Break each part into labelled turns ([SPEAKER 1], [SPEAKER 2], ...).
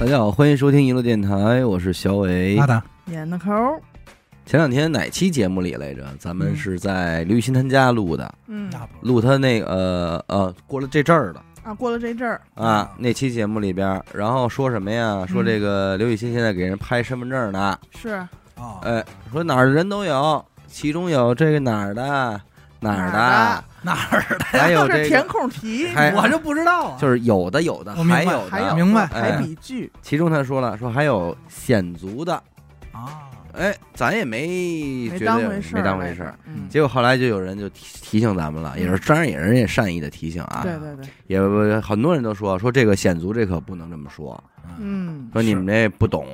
[SPEAKER 1] 大家好，欢迎收听一路电台，我是小伟
[SPEAKER 2] 阿。达，
[SPEAKER 3] 演的抠，
[SPEAKER 1] 前两天哪期节目里来着？咱们
[SPEAKER 2] 嗯
[SPEAKER 1] 是在刘雨欣他家录的，
[SPEAKER 3] 嗯
[SPEAKER 2] 那不
[SPEAKER 1] 录他那个呃呃过了这阵儿了
[SPEAKER 3] 啊，过了这阵儿，
[SPEAKER 1] 啊。那期节目里边儿，然后说什么呀？说这个刘雨欣现在给人拍身份证呢，
[SPEAKER 3] 是
[SPEAKER 2] 啊，
[SPEAKER 1] 哎，说哪儿的人都有，其中有这个哪儿的哪儿
[SPEAKER 3] 哪
[SPEAKER 1] 的，
[SPEAKER 2] 哪儿的？
[SPEAKER 1] 还有
[SPEAKER 3] 都
[SPEAKER 1] 这
[SPEAKER 3] 是填
[SPEAKER 1] 个
[SPEAKER 3] 空题，
[SPEAKER 1] 还
[SPEAKER 2] 我就不知道啊。
[SPEAKER 1] 就是有的有的
[SPEAKER 2] 我明白
[SPEAKER 1] 还有
[SPEAKER 3] 还有
[SPEAKER 1] 的，
[SPEAKER 2] 明白
[SPEAKER 3] 还
[SPEAKER 1] 哎
[SPEAKER 3] 比句，
[SPEAKER 1] 其中他说了，说还有显族的，
[SPEAKER 2] 啊，
[SPEAKER 1] 哎，咱也没
[SPEAKER 3] 没
[SPEAKER 1] 觉
[SPEAKER 3] 当
[SPEAKER 1] 得
[SPEAKER 3] 回事儿，
[SPEAKER 1] 没当回事儿。
[SPEAKER 3] 儿，嗯，
[SPEAKER 1] 结果后来就有人就提提醒咱们了，也是当然也是人也善意的提醒啊，
[SPEAKER 3] 对对对，
[SPEAKER 1] 也呃很多人都说说这个显族这可不能这么说，
[SPEAKER 3] 嗯，
[SPEAKER 1] 说你们这不懂，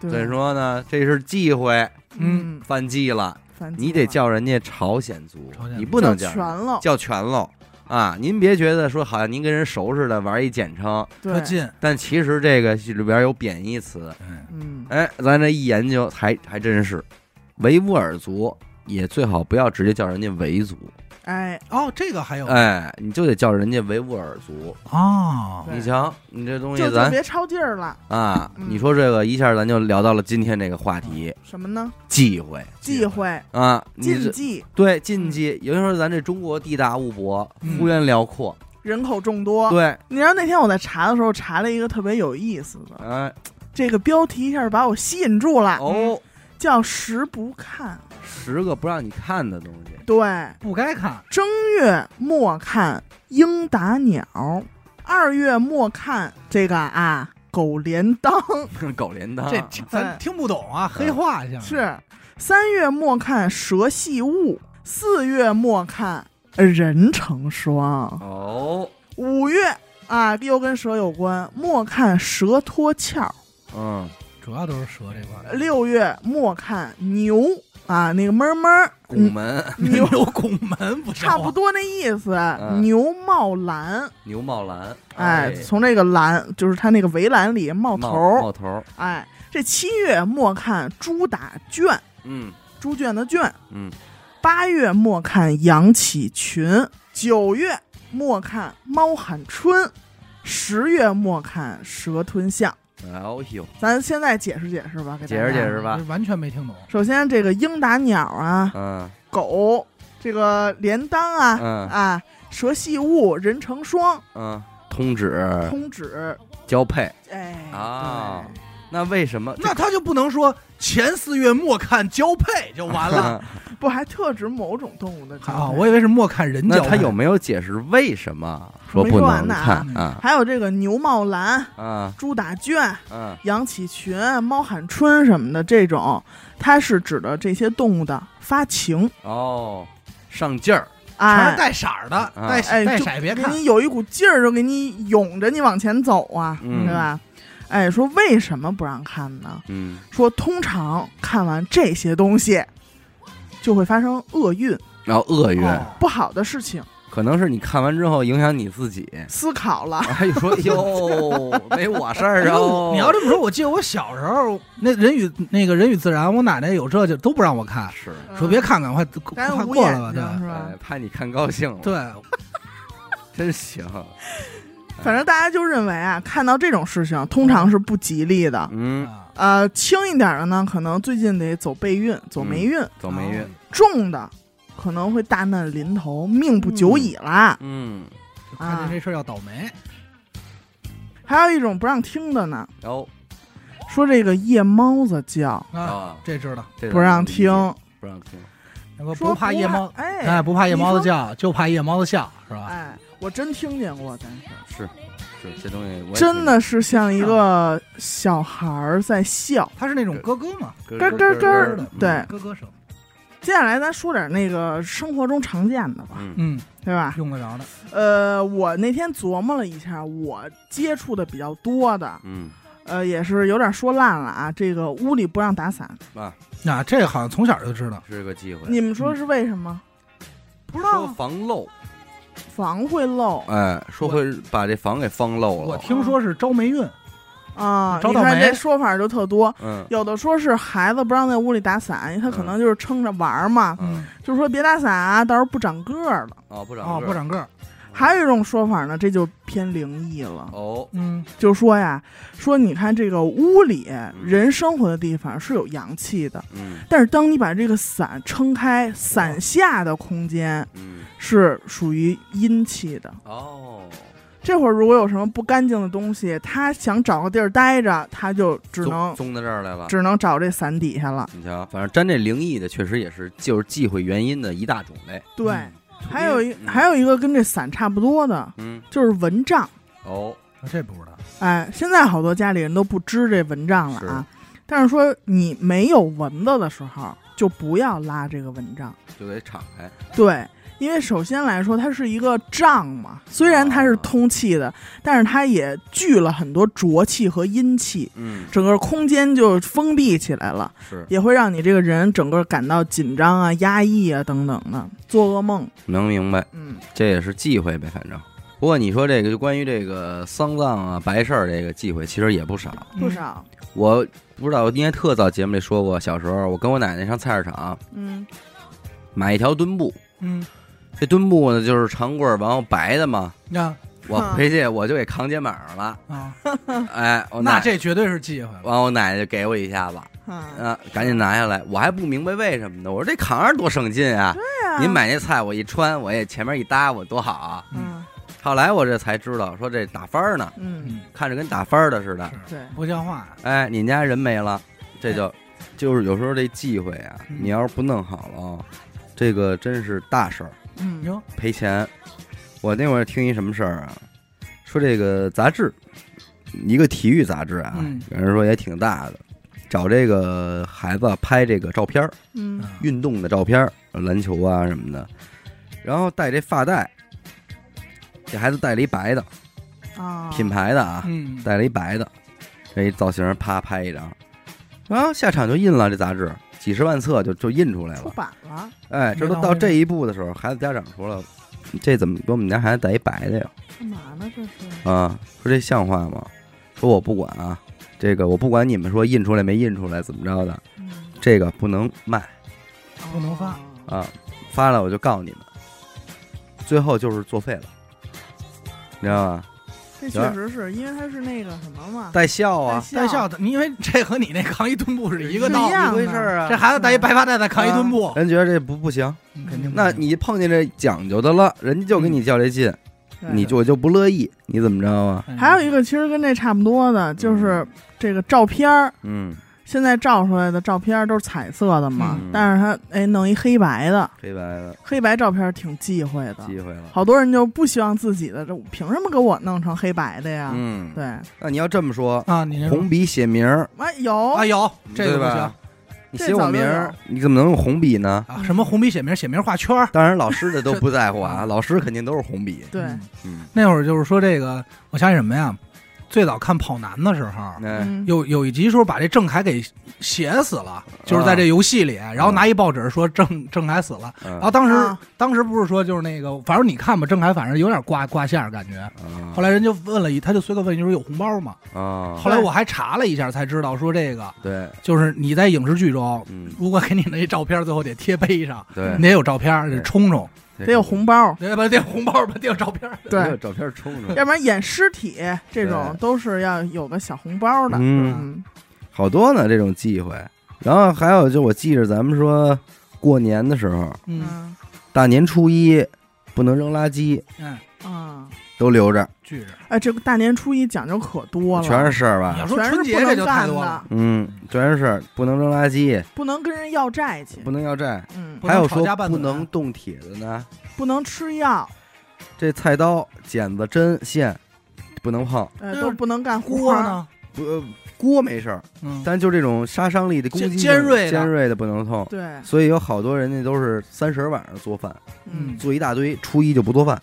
[SPEAKER 3] 对，
[SPEAKER 1] 所以说呢这是忌讳，
[SPEAKER 3] 嗯，
[SPEAKER 1] 犯忌了，
[SPEAKER 3] 反击
[SPEAKER 1] 你得
[SPEAKER 3] 了
[SPEAKER 1] 叫人家朝鲜族
[SPEAKER 2] 朝鲜，族
[SPEAKER 1] 你不能
[SPEAKER 3] 叫
[SPEAKER 1] 叫
[SPEAKER 3] 全了，
[SPEAKER 1] 叫全喽啊！您别觉得说好像您跟人熟似的玩一简称，
[SPEAKER 2] 特
[SPEAKER 3] 对，
[SPEAKER 2] 近，
[SPEAKER 1] 但其实这个里边有贬义词，
[SPEAKER 2] 嗯，
[SPEAKER 3] 嗯，
[SPEAKER 1] 哎，咱这一研究还还真是，维吾尔族也最好不要直接叫人家维族。
[SPEAKER 3] 哎，
[SPEAKER 2] 哦，这个还有
[SPEAKER 1] 哎，你就得叫人家维吾尔族。
[SPEAKER 2] 哦，
[SPEAKER 3] 对
[SPEAKER 1] 你瞧，你这东西
[SPEAKER 3] 就就
[SPEAKER 1] 咱
[SPEAKER 3] 别抄地儿了，
[SPEAKER 1] 啊，
[SPEAKER 3] 嗯
[SPEAKER 1] 你说这个一下，咱就聊到了今天这个话题
[SPEAKER 3] 什么呢？
[SPEAKER 1] ——忌讳
[SPEAKER 3] 忌讳、
[SPEAKER 1] 啊。你
[SPEAKER 3] 禁
[SPEAKER 1] 这
[SPEAKER 3] 忌、
[SPEAKER 1] 对禁忌，
[SPEAKER 3] 嗯
[SPEAKER 1] 有人说咱这中国地大物博，
[SPEAKER 2] 嗯
[SPEAKER 1] 幅员辽阔，
[SPEAKER 3] 人口众多。
[SPEAKER 1] 对，
[SPEAKER 3] 你知道那天我在查的时候，查了一个特别有意思的，
[SPEAKER 1] 哎，
[SPEAKER 3] 这个标题一下把我吸引住了，
[SPEAKER 1] 哦，
[SPEAKER 3] 叫“十不看
[SPEAKER 1] 十个不让你看的东西”。，
[SPEAKER 3] 对，
[SPEAKER 2] 不该看，
[SPEAKER 3] 正月莫看鹰打鸟，二月莫看这个啊狗镰刀
[SPEAKER 1] 狗镰刀，
[SPEAKER 2] 这咱听不懂啊，黑话一下。
[SPEAKER 3] 是，三月莫看蛇系物，四月莫看人成双，
[SPEAKER 1] 哦，
[SPEAKER 3] 五月啊又跟蛇有关，莫看蛇脱壳，
[SPEAKER 1] 嗯，
[SPEAKER 2] 主要都是蛇这块儿，
[SPEAKER 3] 六月莫看牛啊那个哞哞
[SPEAKER 1] 拱门、
[SPEAKER 3] 嗯 牛
[SPEAKER 2] 有拱门不像
[SPEAKER 3] 差
[SPEAKER 2] 话
[SPEAKER 3] 不多那意思，
[SPEAKER 1] 嗯
[SPEAKER 3] 牛冒蓝。
[SPEAKER 1] 牛帽篮，
[SPEAKER 3] 哎，从这个蓝，就是它那个围栏里冒头儿，
[SPEAKER 1] 帽头儿，
[SPEAKER 3] 哎，这七月莫看猪打圈，
[SPEAKER 1] 嗯
[SPEAKER 3] 猪圈的圈；
[SPEAKER 1] 嗯，
[SPEAKER 3] 八月莫看羊起群；九月莫看猫喊春；十月莫看蛇吞象。
[SPEAKER 1] 哎呦，
[SPEAKER 3] 咱现在解释解释吧，给大
[SPEAKER 1] 解释
[SPEAKER 3] 家
[SPEAKER 1] 解释吧
[SPEAKER 2] 这，完全没听懂。
[SPEAKER 3] 首先，这个鹰打鸟啊，
[SPEAKER 1] 嗯
[SPEAKER 3] 狗这个镰当啊、
[SPEAKER 1] 嗯
[SPEAKER 3] 啊，蛇系物，人成双，
[SPEAKER 1] 嗯，通指
[SPEAKER 3] 通指，
[SPEAKER 1] 交配。
[SPEAKER 3] 哎
[SPEAKER 1] 啊
[SPEAKER 3] 对
[SPEAKER 1] 那为什么？
[SPEAKER 2] 那他就不能说前四月末看交配就 完了
[SPEAKER 3] 不还特指某种动物的交
[SPEAKER 2] 啊？
[SPEAKER 3] 配
[SPEAKER 2] 我以为是末看人
[SPEAKER 1] 那
[SPEAKER 2] 交配。
[SPEAKER 1] 他有没有解释为什么说不能看
[SPEAKER 2] 没说完
[SPEAKER 1] 啊？
[SPEAKER 3] 还有这个牛冒蓝、
[SPEAKER 1] 啊
[SPEAKER 3] 猪打圈。
[SPEAKER 1] 嗯
[SPEAKER 3] 羊起群、猫喊春什么的这种，它是指的这些动物的发情，
[SPEAKER 1] 哦，上劲儿，
[SPEAKER 2] 全是
[SPEAKER 3] 哎
[SPEAKER 2] 带色儿的，
[SPEAKER 1] 啊
[SPEAKER 2] 带
[SPEAKER 3] 哎，
[SPEAKER 2] 带
[SPEAKER 3] 就
[SPEAKER 2] 色儿别
[SPEAKER 3] 给
[SPEAKER 2] 看。
[SPEAKER 3] 你有一股劲儿，就给你涌着你往前走啊，
[SPEAKER 1] 嗯
[SPEAKER 3] 对吧？哎，说为什么不让看呢？
[SPEAKER 1] 嗯，
[SPEAKER 3] 说通常看完这些东西，就会发生厄运，
[SPEAKER 1] 然后厄运，
[SPEAKER 2] 哦
[SPEAKER 3] 不好的事情。
[SPEAKER 1] 可能是你看完之后影响你自己。
[SPEAKER 3] 思考了，
[SPEAKER 1] 哎，你说哟，没我事儿
[SPEAKER 2] 哎
[SPEAKER 1] 哦。
[SPEAKER 2] 你要这么说，我记得我小时候那人与那个人与自然，我奶奶有这就都不让我看，
[SPEAKER 1] 是，
[SPEAKER 2] 说别看看，快快
[SPEAKER 3] 咱捂
[SPEAKER 2] 过
[SPEAKER 3] 嗯眼
[SPEAKER 2] 了吧，
[SPEAKER 3] 睛
[SPEAKER 2] 对
[SPEAKER 3] 是吧
[SPEAKER 1] 哎？怕你看高兴了，
[SPEAKER 2] 对，啊
[SPEAKER 1] 真行。
[SPEAKER 3] 反正大家就认为啊，看到这种事情通常是不吉利的。
[SPEAKER 1] 嗯，
[SPEAKER 2] 啊
[SPEAKER 3] 呃，轻一点的呢，可能最近得走备孕、
[SPEAKER 1] 嗯
[SPEAKER 3] 走霉运。
[SPEAKER 1] 走霉
[SPEAKER 2] 哦
[SPEAKER 1] 运，，
[SPEAKER 3] 重的可能会大难临头，命不久矣啦。
[SPEAKER 1] 嗯，
[SPEAKER 2] 就看见这事儿要倒霉，
[SPEAKER 3] 还有一种不让听的呢，
[SPEAKER 1] 然后
[SPEAKER 3] 说这个夜猫子叫
[SPEAKER 2] 啊，
[SPEAKER 1] 啊，
[SPEAKER 2] 这知道，
[SPEAKER 1] 这是
[SPEAKER 3] 不让
[SPEAKER 1] 理解
[SPEAKER 3] 听，，
[SPEAKER 1] 不让听。
[SPEAKER 2] 那个
[SPEAKER 3] 说
[SPEAKER 2] 不怕夜猫，
[SPEAKER 3] 哎
[SPEAKER 2] 哎，不怕夜猫
[SPEAKER 3] 你
[SPEAKER 2] 子叫，就怕夜猫子笑，是吧？
[SPEAKER 3] 哎，我真听见过，但是
[SPEAKER 1] 是是，这东西我也
[SPEAKER 3] 真的是像一个小孩儿在笑。
[SPEAKER 2] 他是那种咯咯嘛，
[SPEAKER 1] 听
[SPEAKER 3] 咯
[SPEAKER 1] 过
[SPEAKER 3] 咯咯
[SPEAKER 2] 儿的
[SPEAKER 3] 对，
[SPEAKER 2] 咯咯声，
[SPEAKER 3] 接下来咱说点那个生活中常见的吧，
[SPEAKER 1] 嗯嗯
[SPEAKER 2] 嗯，
[SPEAKER 3] 对吧？
[SPEAKER 2] 用得着的，
[SPEAKER 3] 呃，我那天琢磨了一下，我接触的比较多的，
[SPEAKER 1] 嗯
[SPEAKER 3] 呃，也是有点说烂了啊。这个屋里不让打伞，
[SPEAKER 2] 那这好像从小就知道，
[SPEAKER 1] 是个机会。
[SPEAKER 3] 你们说是为什么？嗯不知道
[SPEAKER 1] 说
[SPEAKER 3] 啊，
[SPEAKER 1] 防漏，
[SPEAKER 3] 房会漏。
[SPEAKER 1] 哎，说会把这房给放漏
[SPEAKER 2] 我
[SPEAKER 1] 了。
[SPEAKER 2] 听说是招霉运，
[SPEAKER 3] 啊，
[SPEAKER 2] 招
[SPEAKER 3] 你
[SPEAKER 2] 倒
[SPEAKER 3] 看
[SPEAKER 2] 霉
[SPEAKER 3] 这说法就特多，
[SPEAKER 1] 嗯
[SPEAKER 3] 有的说是孩子不让在屋里打伞，因为他可能就是撑着玩儿嘛，
[SPEAKER 1] 嗯，
[SPEAKER 3] 就说别打伞啊，到时候不长个儿了。
[SPEAKER 1] 哦，不长
[SPEAKER 2] 哦，
[SPEAKER 1] 个儿
[SPEAKER 2] 不长个儿，
[SPEAKER 1] 嗯
[SPEAKER 3] 还有一种说法呢，这就偏灵异了，
[SPEAKER 1] 哦，
[SPEAKER 2] 嗯，
[SPEAKER 3] 就说呀，说你看这个屋里人生活的地方是有阳气的，
[SPEAKER 1] 嗯
[SPEAKER 3] 但是当你把这个伞撑开，伞下的空间
[SPEAKER 1] 嗯，
[SPEAKER 3] 是属于阴气的。
[SPEAKER 1] 哦，
[SPEAKER 3] 这会儿如果有什么不干净的东西，他想找个地儿待着，他就只能
[SPEAKER 1] 棕棕到这儿来了。
[SPEAKER 3] 只能找这伞底下了。
[SPEAKER 1] 你瞧，反正沾这灵异的，确实也是就是忌讳原因的一大种类。
[SPEAKER 3] 对，
[SPEAKER 2] 嗯
[SPEAKER 3] 还有一
[SPEAKER 1] 嗯
[SPEAKER 3] 还有一个跟这伞差不多的，
[SPEAKER 1] 嗯，
[SPEAKER 3] 就是蚊帐。
[SPEAKER 1] 哦，
[SPEAKER 2] 啊这不知道，
[SPEAKER 3] 哎，现在好多家里人都不支这蚊帐了啊。但是说你没有蚊子的时候，就不要拉这个蚊帐。
[SPEAKER 1] 就得敞开。
[SPEAKER 3] 对，因为首先来说，它是一个帐嘛，虽然它是通气的，但是它也聚了很多浊气和阴气，
[SPEAKER 1] 嗯，
[SPEAKER 3] 整个空间就封闭起来了，
[SPEAKER 1] 是
[SPEAKER 3] 也会让你这个人整个感到紧张啊、压抑啊等等的，做噩梦。
[SPEAKER 1] 能明白，
[SPEAKER 3] 嗯，
[SPEAKER 1] 这也是忌讳呗，反正。不过你说这个，就关于这个丧葬啊、白事儿这个忌讳，其实也不少。
[SPEAKER 3] 不少。
[SPEAKER 1] 我不知道，我应该特早节目里说过，小时候我跟我奶奶上菜市场
[SPEAKER 3] 嗯
[SPEAKER 1] 买一条墩布，
[SPEAKER 2] 嗯，
[SPEAKER 1] 这墩布呢就是长棍儿，然后白的嘛，
[SPEAKER 2] 那
[SPEAKER 1] 我回去我就给扛肩膀上了。
[SPEAKER 2] 嗯啊，
[SPEAKER 1] 哎，我
[SPEAKER 2] 那
[SPEAKER 1] 奶
[SPEAKER 2] 这绝对是忌讳了。
[SPEAKER 1] 完我奶奶就给我一下子，
[SPEAKER 3] 嗯，
[SPEAKER 1] 啊，赶紧拿下来。我还不明白为什么呢，我说这扛着多省劲啊！
[SPEAKER 3] 对啊
[SPEAKER 1] 您，买那菜我一穿，我也前面一搭，我多好啊！
[SPEAKER 3] 嗯
[SPEAKER 1] 后来我这才知道，说这打幡儿呢，
[SPEAKER 3] 嗯，
[SPEAKER 2] 嗯，
[SPEAKER 1] 看着跟打幡儿的似的。
[SPEAKER 2] 是
[SPEAKER 3] 对，
[SPEAKER 2] 不像话，
[SPEAKER 1] 哎，你家人没了，这就就是有时候这忌讳啊，
[SPEAKER 2] 嗯
[SPEAKER 1] 你要是不弄好了啊，这个真是大事儿，
[SPEAKER 3] 嗯
[SPEAKER 2] 哟，
[SPEAKER 1] 赔钱。我那会儿听一什么事儿啊，说这个杂志，一个体育杂志啊
[SPEAKER 2] 嗯，
[SPEAKER 1] 有人说也挺大的，找这个孩子拍这个照片儿，
[SPEAKER 3] 嗯
[SPEAKER 2] 嗯
[SPEAKER 1] 运动的照片儿，篮球啊什么的，然后戴这发带，这孩子戴了一白的，
[SPEAKER 3] 啊，
[SPEAKER 1] 品牌的啊，
[SPEAKER 2] 嗯，
[SPEAKER 1] 戴了一白的，这一造型啪拍一张，啊，下场就印了这杂志，几十万册就就印出来
[SPEAKER 3] 出
[SPEAKER 1] 了。
[SPEAKER 3] 版了，
[SPEAKER 1] 哎，这都到这一步的时候，孩子家长说了，这怎么给我们家孩子带一白的呀？
[SPEAKER 3] 干嘛呢？这是
[SPEAKER 1] 啊，说这像话吗？说我不管啊，这个我不管你们说印出来没印出来怎么着的，
[SPEAKER 3] 嗯
[SPEAKER 1] 这个不能卖
[SPEAKER 2] 不能发
[SPEAKER 3] 哦
[SPEAKER 1] 啊，发了我就告你们。最后就是作废了，你知道吗？
[SPEAKER 3] 这确实是因为它是那个什么嘛，
[SPEAKER 1] 带笑啊，
[SPEAKER 2] 带笑的，你因为这和你那扛一墩布是一个
[SPEAKER 3] 是
[SPEAKER 2] 道
[SPEAKER 3] 一样
[SPEAKER 2] 理。
[SPEAKER 1] 一回事儿啊。嗯
[SPEAKER 2] 这孩子带一白发带再扛一墩布，
[SPEAKER 1] 人觉得这不不行，
[SPEAKER 2] 嗯肯定不
[SPEAKER 1] 那
[SPEAKER 2] 行。
[SPEAKER 1] 你碰见这讲究的了，人家就跟你较这劲，
[SPEAKER 3] 嗯对
[SPEAKER 1] 你就我就不乐意，你怎么着啊？
[SPEAKER 2] 嗯
[SPEAKER 3] 还有一个其实跟这差不多的，就是这个照片儿，
[SPEAKER 1] 嗯，
[SPEAKER 3] 现在照出来的照片儿都是彩色的嘛，
[SPEAKER 1] 嗯
[SPEAKER 3] 但是它哎弄一黑白的，
[SPEAKER 1] 黑白的
[SPEAKER 3] 黑白照片儿挺忌讳的，
[SPEAKER 1] 机会了。
[SPEAKER 3] 好多人就不希望自己的，这凭什么给我弄成黑白的呀？
[SPEAKER 1] 嗯，
[SPEAKER 3] 对，
[SPEAKER 1] 那你要这么说，
[SPEAKER 2] 啊，你这
[SPEAKER 1] 红笔写名儿，
[SPEAKER 3] 啊有
[SPEAKER 2] 啊有这
[SPEAKER 1] 对
[SPEAKER 2] 个不
[SPEAKER 1] 吧
[SPEAKER 2] 行？
[SPEAKER 1] 你写我名
[SPEAKER 3] 这
[SPEAKER 1] 儿
[SPEAKER 3] 早就，
[SPEAKER 1] 你怎么能用红笔呢？
[SPEAKER 2] 啊，什么红笔写名，写名画圈儿。
[SPEAKER 1] 当然，老师这都
[SPEAKER 2] 这
[SPEAKER 1] 不在乎啊，老师肯定都是红笔。
[SPEAKER 3] 对，
[SPEAKER 2] 嗯
[SPEAKER 1] 嗯，
[SPEAKER 2] 那会儿就是说这个，我想起什么呀？最早看跑男的时候，
[SPEAKER 1] 那
[SPEAKER 3] 嗯
[SPEAKER 2] 有有一集说把这郑恺给写死了，就是在这游戏里，然后拿一报纸说郑郑恺死了。嗯然后
[SPEAKER 1] 啊啊，
[SPEAKER 2] 当时、
[SPEAKER 3] 啊
[SPEAKER 2] 当时不是说就是那个，反正你看吧，郑恺反正有点挂挂线儿感觉。后
[SPEAKER 1] 来
[SPEAKER 2] 来人就问了一，他就随口问一说有红包吗？
[SPEAKER 1] 啊，
[SPEAKER 2] 后来我还查了一下才知道，说这个
[SPEAKER 1] 对，
[SPEAKER 2] 就是你在影视剧中，
[SPEAKER 1] 嗯，
[SPEAKER 2] 如果给你那照片，最后得贴碑上，
[SPEAKER 1] 对
[SPEAKER 2] 你，得有照片，嗯得冲冲，
[SPEAKER 1] 得
[SPEAKER 3] 得有，红包，
[SPEAKER 2] 对吧？得有红包吧，得有照片。
[SPEAKER 1] 得有
[SPEAKER 3] 对，
[SPEAKER 1] 照片冲着。
[SPEAKER 3] 要不然演尸体这种
[SPEAKER 1] 哎对
[SPEAKER 3] 都是要有个小红包的，
[SPEAKER 1] 嗯，
[SPEAKER 3] 嗯
[SPEAKER 1] 好多呢这种忌讳。然后还有就我记着咱们说过年的时候，
[SPEAKER 2] 嗯
[SPEAKER 3] 嗯
[SPEAKER 1] 大年初一不能扔垃圾，
[SPEAKER 2] 嗯，
[SPEAKER 3] 啊。
[SPEAKER 1] 都留着，
[SPEAKER 2] 聚着。
[SPEAKER 3] 哎，这个大年初一讲究可多了，
[SPEAKER 1] 全是事儿
[SPEAKER 2] 你
[SPEAKER 1] 吧
[SPEAKER 2] 要？
[SPEAKER 3] 全
[SPEAKER 2] 说
[SPEAKER 3] 是
[SPEAKER 2] 春
[SPEAKER 3] 不
[SPEAKER 2] 节
[SPEAKER 3] 能
[SPEAKER 2] 这就太
[SPEAKER 3] 干
[SPEAKER 2] 多
[SPEAKER 3] 的
[SPEAKER 2] 了，
[SPEAKER 1] 嗯，全是事儿，不能扔垃圾，
[SPEAKER 3] 不能跟人要债去，
[SPEAKER 1] 不能要债，
[SPEAKER 3] 嗯
[SPEAKER 2] 不，
[SPEAKER 1] 还
[SPEAKER 2] 能
[SPEAKER 1] 有
[SPEAKER 2] 吵
[SPEAKER 1] 说
[SPEAKER 2] 架拌
[SPEAKER 1] 不
[SPEAKER 2] 嘴
[SPEAKER 1] 能动铁的呢，
[SPEAKER 3] 不能吃药，
[SPEAKER 1] 这菜刀、剪子、针、线不能碰，
[SPEAKER 3] 呃，
[SPEAKER 2] 那
[SPEAKER 3] 都不能干活
[SPEAKER 2] 锅
[SPEAKER 3] 儿，
[SPEAKER 2] 呢？
[SPEAKER 1] 不呃锅没事儿，
[SPEAKER 2] 嗯，
[SPEAKER 1] 但就这种杀伤力的攻击性
[SPEAKER 2] 尖尖锐的
[SPEAKER 1] 尖锐的不能碰。
[SPEAKER 3] 对，
[SPEAKER 1] 所以有好多人家都是三十晚上做饭，
[SPEAKER 2] 嗯
[SPEAKER 3] 嗯。
[SPEAKER 1] 做一大堆，初一就不做饭。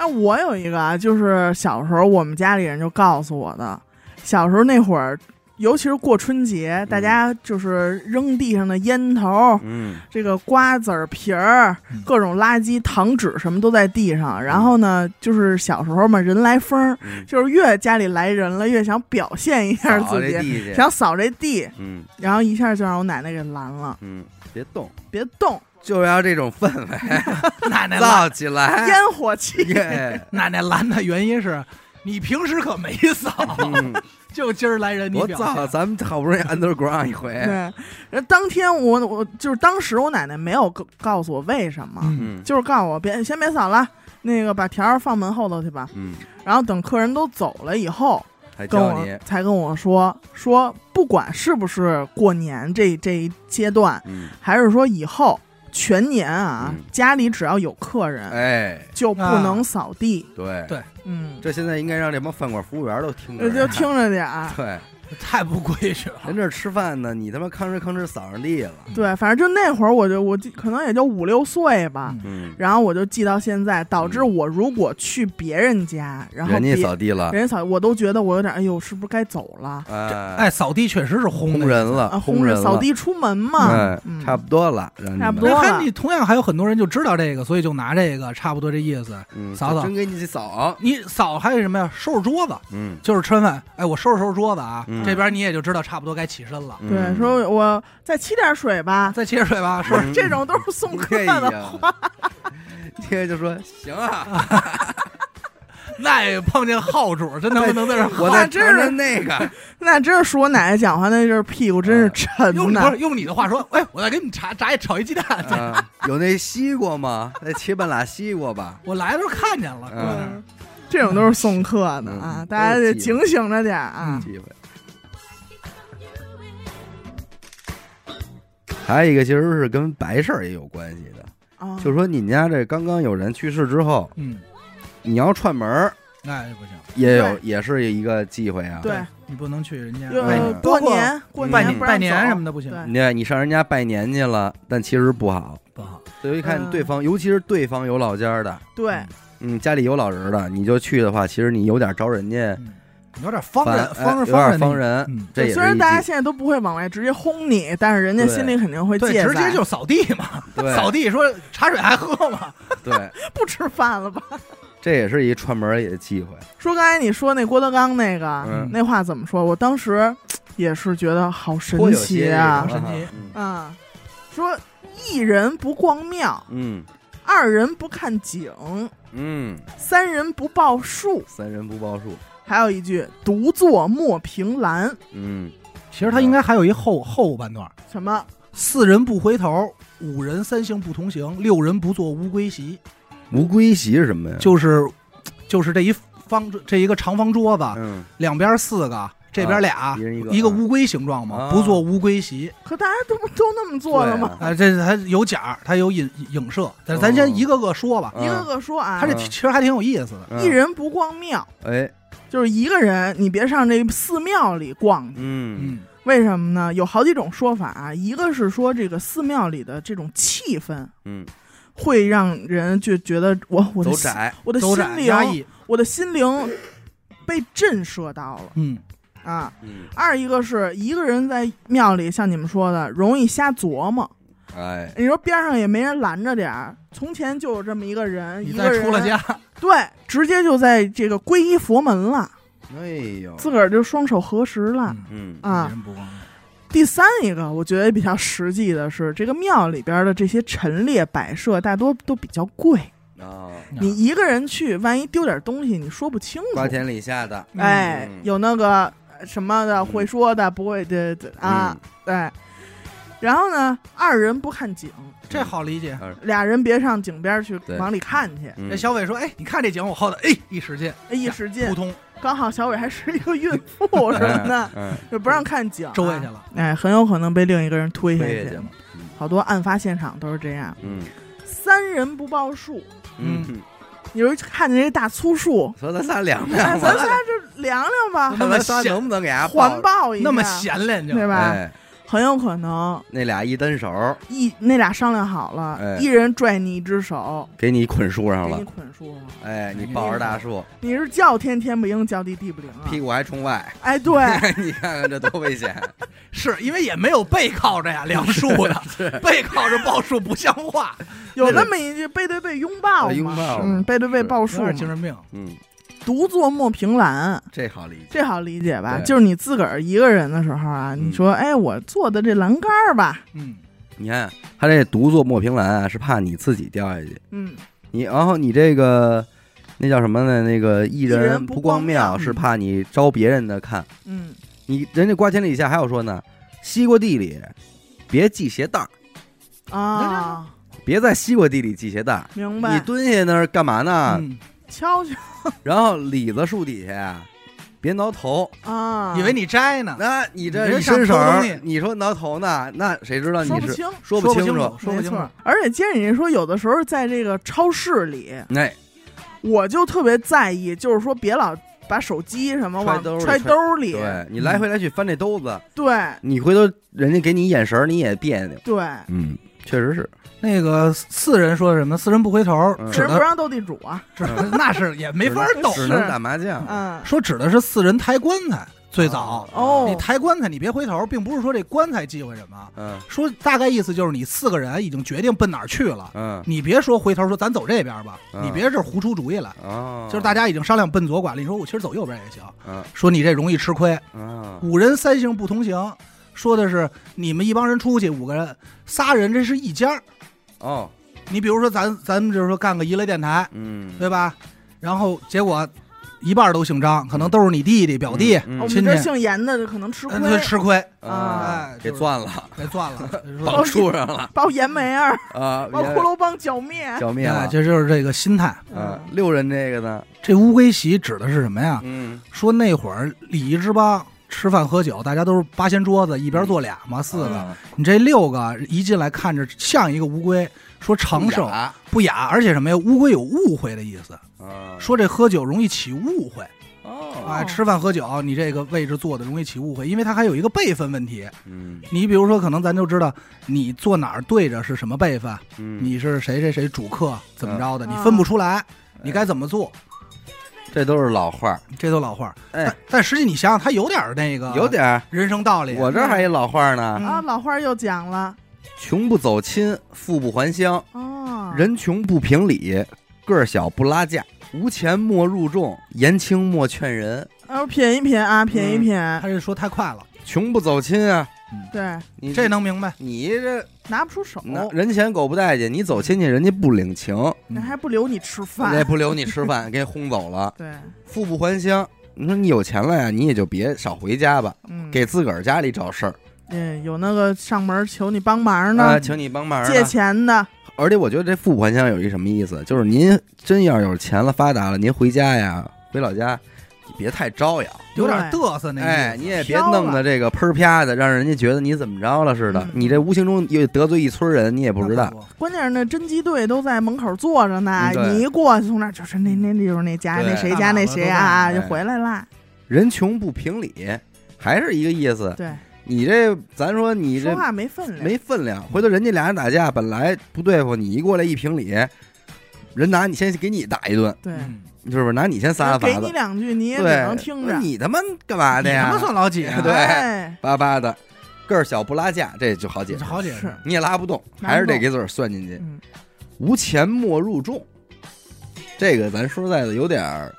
[SPEAKER 3] 那我有一个啊，就是小时候我们家里人就告诉我的，小时候那会儿，尤其是过春节，大家就是扔地上的烟头。
[SPEAKER 1] 嗯
[SPEAKER 3] 这个瓜子儿皮儿
[SPEAKER 2] 嗯、
[SPEAKER 3] 各种垃圾、糖纸什么都在地上。然后呢，就是小时候嘛，人来疯儿，
[SPEAKER 1] 嗯，
[SPEAKER 3] 就是越家里来人了，越想表现一下
[SPEAKER 1] 扫
[SPEAKER 3] 自
[SPEAKER 1] 这
[SPEAKER 3] 己，
[SPEAKER 1] 地去，
[SPEAKER 3] 想扫这地，
[SPEAKER 1] 嗯
[SPEAKER 3] 然后一下就让我奶奶给拦了，
[SPEAKER 1] 嗯，别动，
[SPEAKER 3] 别动，
[SPEAKER 1] 就要这种氛围
[SPEAKER 2] 嗯奶奶拦
[SPEAKER 1] 造起来。
[SPEAKER 3] 烟火气，
[SPEAKER 1] 耶！嗯
[SPEAKER 2] 奶奶拦的原因是你平时可没扫，
[SPEAKER 1] 嗯
[SPEAKER 2] 就今儿来人你
[SPEAKER 1] 我
[SPEAKER 2] 表
[SPEAKER 1] 操，
[SPEAKER 2] 现。
[SPEAKER 1] 咱们好不容易 underground 一回，
[SPEAKER 3] 对。然后当天我我就是当时我奶奶没有告告诉我为什么，
[SPEAKER 2] 嗯，
[SPEAKER 1] 嗯
[SPEAKER 3] 就是告诉我别先别扫了，那个把条儿放门后头去吧。
[SPEAKER 1] 嗯，
[SPEAKER 3] 然后等客人都走了以后，
[SPEAKER 1] 还
[SPEAKER 3] 跟
[SPEAKER 1] 教
[SPEAKER 3] 我
[SPEAKER 1] 你，
[SPEAKER 3] 才跟我说说，不管是不是过年这这一阶段，
[SPEAKER 1] 嗯，
[SPEAKER 3] 还是说以后全年啊，
[SPEAKER 1] 嗯
[SPEAKER 3] 家里只要有客人、
[SPEAKER 1] 哎，
[SPEAKER 3] 就不能扫地。
[SPEAKER 1] 对
[SPEAKER 2] 对
[SPEAKER 3] 嗯，
[SPEAKER 1] 这现在应该让这帮饭馆服务员都听着
[SPEAKER 3] 这就
[SPEAKER 1] 呢，
[SPEAKER 3] 呃听啊着点儿。
[SPEAKER 1] 对，
[SPEAKER 2] 太不规矩了。
[SPEAKER 1] 人这儿吃饭呢，你他妈吭哧吭哧扫上地了，
[SPEAKER 3] 对，反正就那会儿，我就我就可能也就五六岁吧，
[SPEAKER 2] 嗯
[SPEAKER 1] 嗯，
[SPEAKER 3] 然后我就记到现在，导致
[SPEAKER 1] 嗯
[SPEAKER 3] 我如果去别人家，然后
[SPEAKER 1] 人
[SPEAKER 3] 别
[SPEAKER 1] 家扫地啊了，
[SPEAKER 3] 人家扫，我都觉得我有点，哎呦，是不是该走了？
[SPEAKER 1] 哎，
[SPEAKER 2] 哎，扫地确实是轰
[SPEAKER 1] 轰
[SPEAKER 2] 的。
[SPEAKER 1] 人了，
[SPEAKER 3] 啊，
[SPEAKER 1] 轰
[SPEAKER 3] 轰
[SPEAKER 1] 人
[SPEAKER 3] 着
[SPEAKER 1] 了
[SPEAKER 3] 扫，地出门嘛
[SPEAKER 1] 哎，
[SPEAKER 3] 嗯
[SPEAKER 1] 差不多了，让你
[SPEAKER 3] 差不
[SPEAKER 1] 们
[SPEAKER 3] 多啊
[SPEAKER 2] 对，
[SPEAKER 3] 了
[SPEAKER 2] 还你同样还有很多人就知道这个，所以就拿这个差不多这意思。
[SPEAKER 1] 嗯
[SPEAKER 2] 扫扫
[SPEAKER 1] 真给你扫，
[SPEAKER 2] 你扫还有什么呀？收拾桌子，
[SPEAKER 1] 嗯，
[SPEAKER 2] 就是吃完饭，哎，我收拾收拾桌子啊，
[SPEAKER 1] 嗯
[SPEAKER 2] 这边你也就知道差不多该起身了。
[SPEAKER 3] 对，说我再沏点水吧，
[SPEAKER 2] 再接着睡吧，是
[SPEAKER 3] 不
[SPEAKER 2] 吧
[SPEAKER 1] 嗯
[SPEAKER 3] 是这种都是送客的，
[SPEAKER 1] 话，这就说行啊，
[SPEAKER 2] 那也碰见号主，真他妈能在这儿
[SPEAKER 1] 我
[SPEAKER 2] 耗
[SPEAKER 1] 再
[SPEAKER 3] 真
[SPEAKER 1] 尝
[SPEAKER 3] 是
[SPEAKER 1] 尝那个，
[SPEAKER 3] 那真是说我奶奶讲话，那就是屁股真是沉
[SPEAKER 2] 用不
[SPEAKER 3] 呐
[SPEAKER 2] 是。用你的话说，哎，我再给你炸炸一炒一鸡蛋，
[SPEAKER 1] 啊有那西瓜吗？那切半拉西瓜吧，
[SPEAKER 2] 我来的时候看见了，
[SPEAKER 1] 嗯
[SPEAKER 2] 搁那儿
[SPEAKER 3] 这种都是送客的啊
[SPEAKER 1] 嗯，
[SPEAKER 3] 大家得警醒着点啊。
[SPEAKER 1] 机会。还有一个其实是跟白事儿也有关系的，
[SPEAKER 3] 啊，
[SPEAKER 1] 嗯就是说你家这刚刚有人去世之后，
[SPEAKER 2] 嗯，
[SPEAKER 1] 你要串门儿
[SPEAKER 2] 那不行，
[SPEAKER 1] 也有也是一个忌讳啊。
[SPEAKER 3] 对，
[SPEAKER 2] 你不能去人家
[SPEAKER 3] 就
[SPEAKER 1] 哎
[SPEAKER 3] 是
[SPEAKER 1] 呀
[SPEAKER 3] 过年过
[SPEAKER 1] 拜
[SPEAKER 3] 年
[SPEAKER 1] 年
[SPEAKER 3] 不
[SPEAKER 2] 拜
[SPEAKER 3] 让
[SPEAKER 2] 年什
[SPEAKER 3] 走
[SPEAKER 2] 么的不行，
[SPEAKER 3] 对
[SPEAKER 1] 你看你上人家拜年去了，但其实不好。
[SPEAKER 2] 不好。
[SPEAKER 1] 所以一看
[SPEAKER 3] 嗯
[SPEAKER 1] 对方，尤其是对方有老家儿的，
[SPEAKER 3] 对，
[SPEAKER 1] 嗯，家里有老人儿的，你就去的话，其实你有点招人家
[SPEAKER 2] 嗯，有点方
[SPEAKER 1] 烦
[SPEAKER 2] 人，，方
[SPEAKER 1] 哎有
[SPEAKER 2] 人，
[SPEAKER 1] 点方
[SPEAKER 2] 人
[SPEAKER 1] 人
[SPEAKER 2] 那意思，。嗯，
[SPEAKER 1] 这也
[SPEAKER 3] 虽
[SPEAKER 1] 是
[SPEAKER 3] 然
[SPEAKER 1] 一
[SPEAKER 3] 大家
[SPEAKER 1] 忌，
[SPEAKER 3] 现在都不会往外直接轰你，但是人家
[SPEAKER 1] 对
[SPEAKER 3] 心里肯定会
[SPEAKER 2] 对，
[SPEAKER 3] 戒
[SPEAKER 2] 直接
[SPEAKER 3] 在，
[SPEAKER 2] 就扫地嘛，扫
[SPEAKER 1] 对
[SPEAKER 2] 地说茶水还喝吗？
[SPEAKER 1] 对，
[SPEAKER 3] 不吃饭了吧？
[SPEAKER 1] 这也是一串门儿也忌讳。
[SPEAKER 3] 说刚才你说那郭德纲那个、
[SPEAKER 1] 嗯
[SPEAKER 3] 那话怎么说？我当时也是觉得好神
[SPEAKER 1] 颇有
[SPEAKER 3] 奇
[SPEAKER 1] 些
[SPEAKER 3] 啊
[SPEAKER 1] 这！种
[SPEAKER 2] 神奇
[SPEAKER 1] 嗯
[SPEAKER 3] 啊，说一人不逛庙，
[SPEAKER 1] 嗯
[SPEAKER 3] 二人不看景，
[SPEAKER 1] 嗯，
[SPEAKER 3] 三人不报数，
[SPEAKER 1] 三人不报数。
[SPEAKER 3] 还有一句独坐莫凭栏，
[SPEAKER 1] 嗯，
[SPEAKER 2] 其实他应该还有一后后半段，
[SPEAKER 3] 什么
[SPEAKER 2] 四人不回头，五人三行不同行，六人不坐乌龟席，
[SPEAKER 1] 嗯无龟席是什么呀？
[SPEAKER 2] 就是就是这一方这一个长方桌
[SPEAKER 3] 啊
[SPEAKER 2] 子，
[SPEAKER 1] 嗯，啊
[SPEAKER 2] 两边四个，这边俩，
[SPEAKER 1] 一人一个，
[SPEAKER 2] 一个乌龟形状嘛，
[SPEAKER 1] 啊
[SPEAKER 2] 不做乌龟席。
[SPEAKER 3] 可大家都不都那么做了吗？
[SPEAKER 2] 啊，这它有假，它有影影射，但是咱
[SPEAKER 1] 哦
[SPEAKER 2] 先一个个说吧。
[SPEAKER 1] 嗯
[SPEAKER 3] 一个个说啊
[SPEAKER 2] 它这
[SPEAKER 1] 嗯
[SPEAKER 2] 其实还挺有意思的，
[SPEAKER 1] 嗯
[SPEAKER 3] 一人不逛庙，
[SPEAKER 1] 哎，
[SPEAKER 3] 就是一个人，你别上这寺庙里逛去。
[SPEAKER 1] 嗯
[SPEAKER 2] 嗯，
[SPEAKER 3] 为什么呢？有好几种说法啊，一个是说这个寺庙里的这种气氛。
[SPEAKER 1] 嗯，
[SPEAKER 3] 会让人就觉得我我的
[SPEAKER 1] 走
[SPEAKER 3] 心
[SPEAKER 1] 窄，
[SPEAKER 3] 我的
[SPEAKER 2] 周
[SPEAKER 3] 心哦
[SPEAKER 2] 展压
[SPEAKER 3] 灵，
[SPEAKER 2] 抑，
[SPEAKER 3] 我的心灵被震慑到了
[SPEAKER 2] 嗯，
[SPEAKER 3] 啊。
[SPEAKER 1] 嗯，
[SPEAKER 3] 二一个是一个人在庙里，像你们说的，容易瞎琢磨。
[SPEAKER 1] 哎，
[SPEAKER 3] 你说边上也没人拦着点儿，从前就有这么一个人，
[SPEAKER 2] 你
[SPEAKER 3] 一
[SPEAKER 2] 再
[SPEAKER 3] 个人
[SPEAKER 2] 出了，家，
[SPEAKER 3] 对，直接就在这个皈依佛门了，
[SPEAKER 1] 哎呦，
[SPEAKER 3] 自个儿就双手合十了。
[SPEAKER 2] 嗯
[SPEAKER 1] 嗯
[SPEAKER 3] 啊
[SPEAKER 2] 一人不光
[SPEAKER 3] 第三一个，我觉得比较实际的是，这个庙里边的这些陈列摆设大多都比较贵，
[SPEAKER 1] 啊，
[SPEAKER 3] 你一个人去，万一丢点东西，你说不清楚。
[SPEAKER 1] 瓜田李下的
[SPEAKER 3] 哎
[SPEAKER 1] 嗯，
[SPEAKER 3] 有那个呃什么的
[SPEAKER 1] 嗯
[SPEAKER 3] 会说的，不会的的啊，，
[SPEAKER 1] 嗯
[SPEAKER 3] 对。然后呢，二人不看景，
[SPEAKER 2] 这好理解。
[SPEAKER 3] 俩人别上井边去
[SPEAKER 1] 对
[SPEAKER 3] 往里看去。
[SPEAKER 1] 嗯
[SPEAKER 2] 这小伟说：“哎，你看这景，我薅的，哎，一使劲，
[SPEAKER 3] 哎，一使
[SPEAKER 2] 扑
[SPEAKER 3] 劲，
[SPEAKER 2] 通，
[SPEAKER 3] 刚好小伟还是一个孕妇什么 的，，
[SPEAKER 1] 嗯
[SPEAKER 3] 就不让看景、
[SPEAKER 2] 周围去。了。
[SPEAKER 3] 哎，很有可能被另一个人推下
[SPEAKER 1] 推下去
[SPEAKER 3] 去
[SPEAKER 1] 了。
[SPEAKER 3] 好多案发现场都是这样，
[SPEAKER 1] 嗯
[SPEAKER 3] 三人不报数。
[SPEAKER 1] 嗯
[SPEAKER 2] 嗯
[SPEAKER 1] 嗯，
[SPEAKER 3] 你说看见这大 粗树，
[SPEAKER 1] 说咱仨凉
[SPEAKER 3] 哎，
[SPEAKER 1] 凉
[SPEAKER 3] 咱
[SPEAKER 1] 吧，
[SPEAKER 3] 仨就量量吧，
[SPEAKER 1] 那么仨能不能给 伢
[SPEAKER 3] 环
[SPEAKER 1] 抱
[SPEAKER 3] 抱一下，
[SPEAKER 2] 那么闲练就
[SPEAKER 3] 对吧？
[SPEAKER 1] 哎，
[SPEAKER 3] 很有可能
[SPEAKER 1] 那俩一单手
[SPEAKER 3] 一那俩商量好了，
[SPEAKER 1] 哎
[SPEAKER 3] 一人拽你一只手，
[SPEAKER 1] 给你嗯捆树上
[SPEAKER 3] 给
[SPEAKER 1] 了
[SPEAKER 3] 你，捆树上。
[SPEAKER 1] 哎，你抱着大树，
[SPEAKER 3] 你是叫天天不应，叫地地不灵啊
[SPEAKER 1] 屁！股还冲 外，
[SPEAKER 3] 哎，对，
[SPEAKER 1] 你看看这多危险！
[SPEAKER 2] 是因为也没有背靠 着呀，梁树的背靠着抱树不像 话，
[SPEAKER 3] 有那么一句背对背拥抱嘛，
[SPEAKER 1] 呃拥抱
[SPEAKER 3] 嗯，背对背抱
[SPEAKER 2] 有
[SPEAKER 3] 树嘛
[SPEAKER 2] 点，精神病。
[SPEAKER 1] 嗯，
[SPEAKER 3] 独坐莫凭栏。
[SPEAKER 1] 这好理解。
[SPEAKER 3] 这好理解吧？
[SPEAKER 1] 对
[SPEAKER 3] 就是你自个儿一个人的时候啊，
[SPEAKER 1] 嗯
[SPEAKER 3] 你说，哎，我坐的这栏杆儿吧，
[SPEAKER 2] 嗯，
[SPEAKER 1] 你看他这独坐莫凭栏啊，是怕你自己掉下去。
[SPEAKER 3] 嗯，
[SPEAKER 1] 你然后你这个那叫什么呢？那个一
[SPEAKER 3] 一人
[SPEAKER 1] 人
[SPEAKER 3] 不
[SPEAKER 1] 不光
[SPEAKER 3] 光
[SPEAKER 1] 是怕你招别人的看。
[SPEAKER 3] 嗯，
[SPEAKER 1] 你人家瓜田李下还有说呢，西瓜地里别系鞋带儿，
[SPEAKER 3] 啊，
[SPEAKER 1] 别在西瓜地里系鞋带儿。
[SPEAKER 3] 明
[SPEAKER 1] 你
[SPEAKER 3] 白，
[SPEAKER 1] 蹲下那儿干嘛呢？
[SPEAKER 2] 嗯
[SPEAKER 3] 敲敲
[SPEAKER 1] 然后李子树底下呀，别挠头。
[SPEAKER 3] 啊，
[SPEAKER 2] 以为你摘呢，
[SPEAKER 1] 那你这
[SPEAKER 2] 你这
[SPEAKER 1] 一伸
[SPEAKER 2] 上
[SPEAKER 1] 手
[SPEAKER 2] 偷
[SPEAKER 1] 儿
[SPEAKER 2] 东西，
[SPEAKER 1] 你说挠头呢？那谁知道你
[SPEAKER 3] 说不
[SPEAKER 1] 是
[SPEAKER 3] 清，
[SPEAKER 1] 说
[SPEAKER 2] 不
[SPEAKER 1] 清
[SPEAKER 2] 清楚，说不
[SPEAKER 3] 没
[SPEAKER 2] 清
[SPEAKER 3] 错
[SPEAKER 2] 楚。
[SPEAKER 3] 而且接着你说，有的时候在这个超市里，
[SPEAKER 1] 哎，
[SPEAKER 3] 我就特别在意，就是说别老把手机什
[SPEAKER 1] 揣
[SPEAKER 3] 么往
[SPEAKER 1] 兜里
[SPEAKER 3] 揣
[SPEAKER 1] 揣
[SPEAKER 3] 兜里，
[SPEAKER 1] 对你
[SPEAKER 2] 嗯
[SPEAKER 1] 来回来去翻这兜子，
[SPEAKER 3] 对
[SPEAKER 1] 你回头人家给你眼神儿，你也别扭。
[SPEAKER 3] 对，
[SPEAKER 1] 嗯，确实是。
[SPEAKER 2] 那个四人说什么？四人不回头，
[SPEAKER 1] 嗯
[SPEAKER 2] 指
[SPEAKER 3] 人不
[SPEAKER 2] 的
[SPEAKER 3] 让斗地主啊，
[SPEAKER 2] 指的 那是也没法
[SPEAKER 1] 只能
[SPEAKER 2] 斗。
[SPEAKER 1] 嗯只能打麻将。
[SPEAKER 3] 嗯，
[SPEAKER 2] 说指的是四人抬棺材，最早
[SPEAKER 3] 哦
[SPEAKER 2] 你抬棺材，你别回头，并不是说这棺材忌讳什么，
[SPEAKER 1] 嗯
[SPEAKER 2] 说大概意思就是你四个人已经决定奔哪儿去了，
[SPEAKER 1] 嗯
[SPEAKER 2] 你别说回头说咱走这边吧，
[SPEAKER 1] 嗯
[SPEAKER 2] 你别这儿胡出主意来。
[SPEAKER 1] 哦，
[SPEAKER 2] 就是大家已经商量奔左拐了，你说我其实走右边也行，
[SPEAKER 1] 嗯
[SPEAKER 2] 说你这容易吃亏。
[SPEAKER 1] 嗯
[SPEAKER 2] 五人三行不同行，说的是你们一帮人出去，五个人仨人这是一家儿。
[SPEAKER 1] 哦
[SPEAKER 2] 你比如说咱咱们就是说干个娱乐电台，
[SPEAKER 1] 嗯，
[SPEAKER 2] 对吧？然后结果一半儿都姓张，可能都是你弟弟表弟，哦
[SPEAKER 1] 嗯
[SPEAKER 3] 我们
[SPEAKER 2] 亲
[SPEAKER 3] 这
[SPEAKER 2] 戚
[SPEAKER 3] 姓严的可能吃亏
[SPEAKER 2] 嗯，他吃亏
[SPEAKER 1] 嗯
[SPEAKER 3] 啊
[SPEAKER 1] 啊
[SPEAKER 2] 哎
[SPEAKER 1] 给
[SPEAKER 2] 就是
[SPEAKER 1] 钻 了，
[SPEAKER 2] 给钻 了。
[SPEAKER 1] 绑
[SPEAKER 2] 说
[SPEAKER 1] 树上 了
[SPEAKER 3] 把我盐梅儿，
[SPEAKER 1] 啊，
[SPEAKER 3] 把我
[SPEAKER 1] 也
[SPEAKER 3] 骷髅帮剿灭，
[SPEAKER 1] 剿灭
[SPEAKER 2] 哎，
[SPEAKER 1] 了。
[SPEAKER 2] 这就是这个心态。
[SPEAKER 1] 嗯，六人这个呢，
[SPEAKER 2] 这乌龟席指的是什么呀？
[SPEAKER 1] 嗯，
[SPEAKER 2] 说那会儿礼仪之邦吃饭喝酒，大家都是八仙桌子，一边坐俩嘛，四个。
[SPEAKER 1] 嗯
[SPEAKER 2] 你这六个一进来看着像一个乌龟，说长寿
[SPEAKER 1] 雅
[SPEAKER 2] 不雅，而且什么呀？乌龟有误会的意思，
[SPEAKER 1] 啊
[SPEAKER 2] 说这喝酒容易起误会。
[SPEAKER 1] 哦，
[SPEAKER 2] 哎，吃饭喝酒，你这个位置坐的容易起误会，因为它还有一个辈分问题。
[SPEAKER 1] 嗯
[SPEAKER 2] 你比如说，可能咱就知道你坐哪儿对着是什么辈分，
[SPEAKER 1] 嗯，
[SPEAKER 2] 你是谁谁谁主客怎么着的，
[SPEAKER 3] 嗯
[SPEAKER 2] 你分不出来，你该怎么做，
[SPEAKER 1] 哎这都是老话儿，
[SPEAKER 2] 这都老话儿。
[SPEAKER 1] 哎
[SPEAKER 2] 但，但实际你想想，它有点儿那个，
[SPEAKER 1] 有点儿，
[SPEAKER 2] 人生道理。
[SPEAKER 1] 我这儿还一老话儿呢，
[SPEAKER 2] 啊哎嗯
[SPEAKER 3] 啊，老话儿又讲了
[SPEAKER 1] 穷不走亲，富不还乡，
[SPEAKER 2] 啊
[SPEAKER 3] 哦，
[SPEAKER 1] 人穷不评理，个儿小不拉架，无钱莫入众，言轻莫劝人，
[SPEAKER 3] 啊，品一品啊，品一品，
[SPEAKER 2] 他这说太快了，
[SPEAKER 1] 穷不走亲啊，
[SPEAKER 3] 对，
[SPEAKER 1] 你
[SPEAKER 2] 这能哦明白？
[SPEAKER 1] 你这
[SPEAKER 3] 拿不出手，
[SPEAKER 1] 那人前狗不待见，你走亲戚人家不领情，
[SPEAKER 3] 那还不留你吃
[SPEAKER 1] 人家
[SPEAKER 3] 饭，
[SPEAKER 1] 不留你吃饭，给你轰走了，
[SPEAKER 3] 对，
[SPEAKER 1] 富不还乡。你说你有钱了呀，你也就别少回家吧，
[SPEAKER 3] 嗯，
[SPEAKER 1] 给自个儿家里找事儿
[SPEAKER 3] 嗯，有那个上门求你帮忙
[SPEAKER 1] 啊、
[SPEAKER 3] 的，
[SPEAKER 1] 请你帮忙啊。
[SPEAKER 3] 借钱的，
[SPEAKER 1] 而且我觉得这富不还乡有一什么意思，就是您真要有钱了、发达了，您回家呀，回老家，你别太招摇，
[SPEAKER 2] 有点嘚瑟那意思。
[SPEAKER 1] 哎，你也别弄得这个喷儿啪的，让人家觉得你怎么着了似的。
[SPEAKER 3] 嗯
[SPEAKER 1] 你这无形中又得罪一村人，你也不知道。
[SPEAKER 3] 关键是那侦缉队都在门口坐着呢，
[SPEAKER 1] 嗯对
[SPEAKER 3] 你一过去从那儿就是那那那就是那家
[SPEAKER 1] 对
[SPEAKER 3] 那谁家那谁啊
[SPEAKER 2] 大
[SPEAKER 1] 马路都
[SPEAKER 3] 就
[SPEAKER 1] 在哎
[SPEAKER 3] 回来啦，
[SPEAKER 1] 人穷不评理，还是一个意思。
[SPEAKER 3] 对，
[SPEAKER 1] 你这，咱说你
[SPEAKER 3] 说
[SPEAKER 1] 这
[SPEAKER 3] 话没分量，
[SPEAKER 1] 没分量，回头人家俩人打架，本来不对付，你一过来一评理，人拿你先给你打一顿，
[SPEAKER 3] 对，
[SPEAKER 2] 嗯
[SPEAKER 1] 是不是？拿你先撒撒
[SPEAKER 3] 给
[SPEAKER 1] 法
[SPEAKER 3] 你
[SPEAKER 1] 子。
[SPEAKER 3] 两句你也只能
[SPEAKER 1] 对，
[SPEAKER 3] 听
[SPEAKER 1] 那
[SPEAKER 3] 着，
[SPEAKER 1] 你他妈干嘛的
[SPEAKER 2] 你他
[SPEAKER 1] 呀
[SPEAKER 2] 妈？算老几啊？
[SPEAKER 1] 对
[SPEAKER 3] 哎
[SPEAKER 1] 巴巴的，个儿小不拉架，这就好解
[SPEAKER 2] 这
[SPEAKER 1] 释。
[SPEAKER 2] 好解释
[SPEAKER 3] 是。
[SPEAKER 1] 你也拉不动，
[SPEAKER 3] 拉不动
[SPEAKER 1] 还是得给自个儿算进去。
[SPEAKER 3] 嗯
[SPEAKER 1] 无钱莫入众，这个咱说实在的有点儿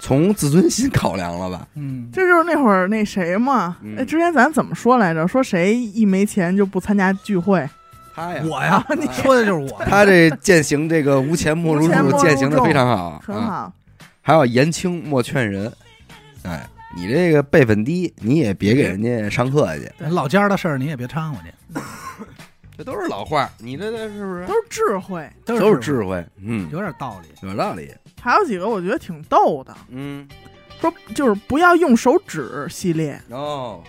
[SPEAKER 1] 从自尊心考量了吧？
[SPEAKER 2] 嗯，
[SPEAKER 3] 这就是那会儿那谁嘛，
[SPEAKER 1] 嗯
[SPEAKER 3] 哎，之前咱怎么说来着？说谁一没钱就不参加聚会，
[SPEAKER 1] 啊他呀，
[SPEAKER 2] 我呀，你说的就是我。
[SPEAKER 1] 他这践行这个无钱莫入
[SPEAKER 3] 无钱莫
[SPEAKER 1] 众
[SPEAKER 3] 入
[SPEAKER 1] 践行的非常好，
[SPEAKER 3] 很
[SPEAKER 1] 啊。
[SPEAKER 3] 好，
[SPEAKER 1] 还有言轻莫劝人，哎，你这个辈分低，你也别给人家上课去，
[SPEAKER 3] 对
[SPEAKER 2] 老家的事儿你也别掺和去，
[SPEAKER 1] 这都是老话儿，你这这是不是
[SPEAKER 3] 都是智慧。
[SPEAKER 2] 都
[SPEAKER 1] 都是
[SPEAKER 2] 智
[SPEAKER 1] 智慧？嗯
[SPEAKER 2] 慧，，有点道理。
[SPEAKER 1] 有道理。
[SPEAKER 3] 还有几个我觉得挺逗的，
[SPEAKER 1] 嗯，
[SPEAKER 3] 说就是不要用手指系列、
[SPEAKER 1] 哦，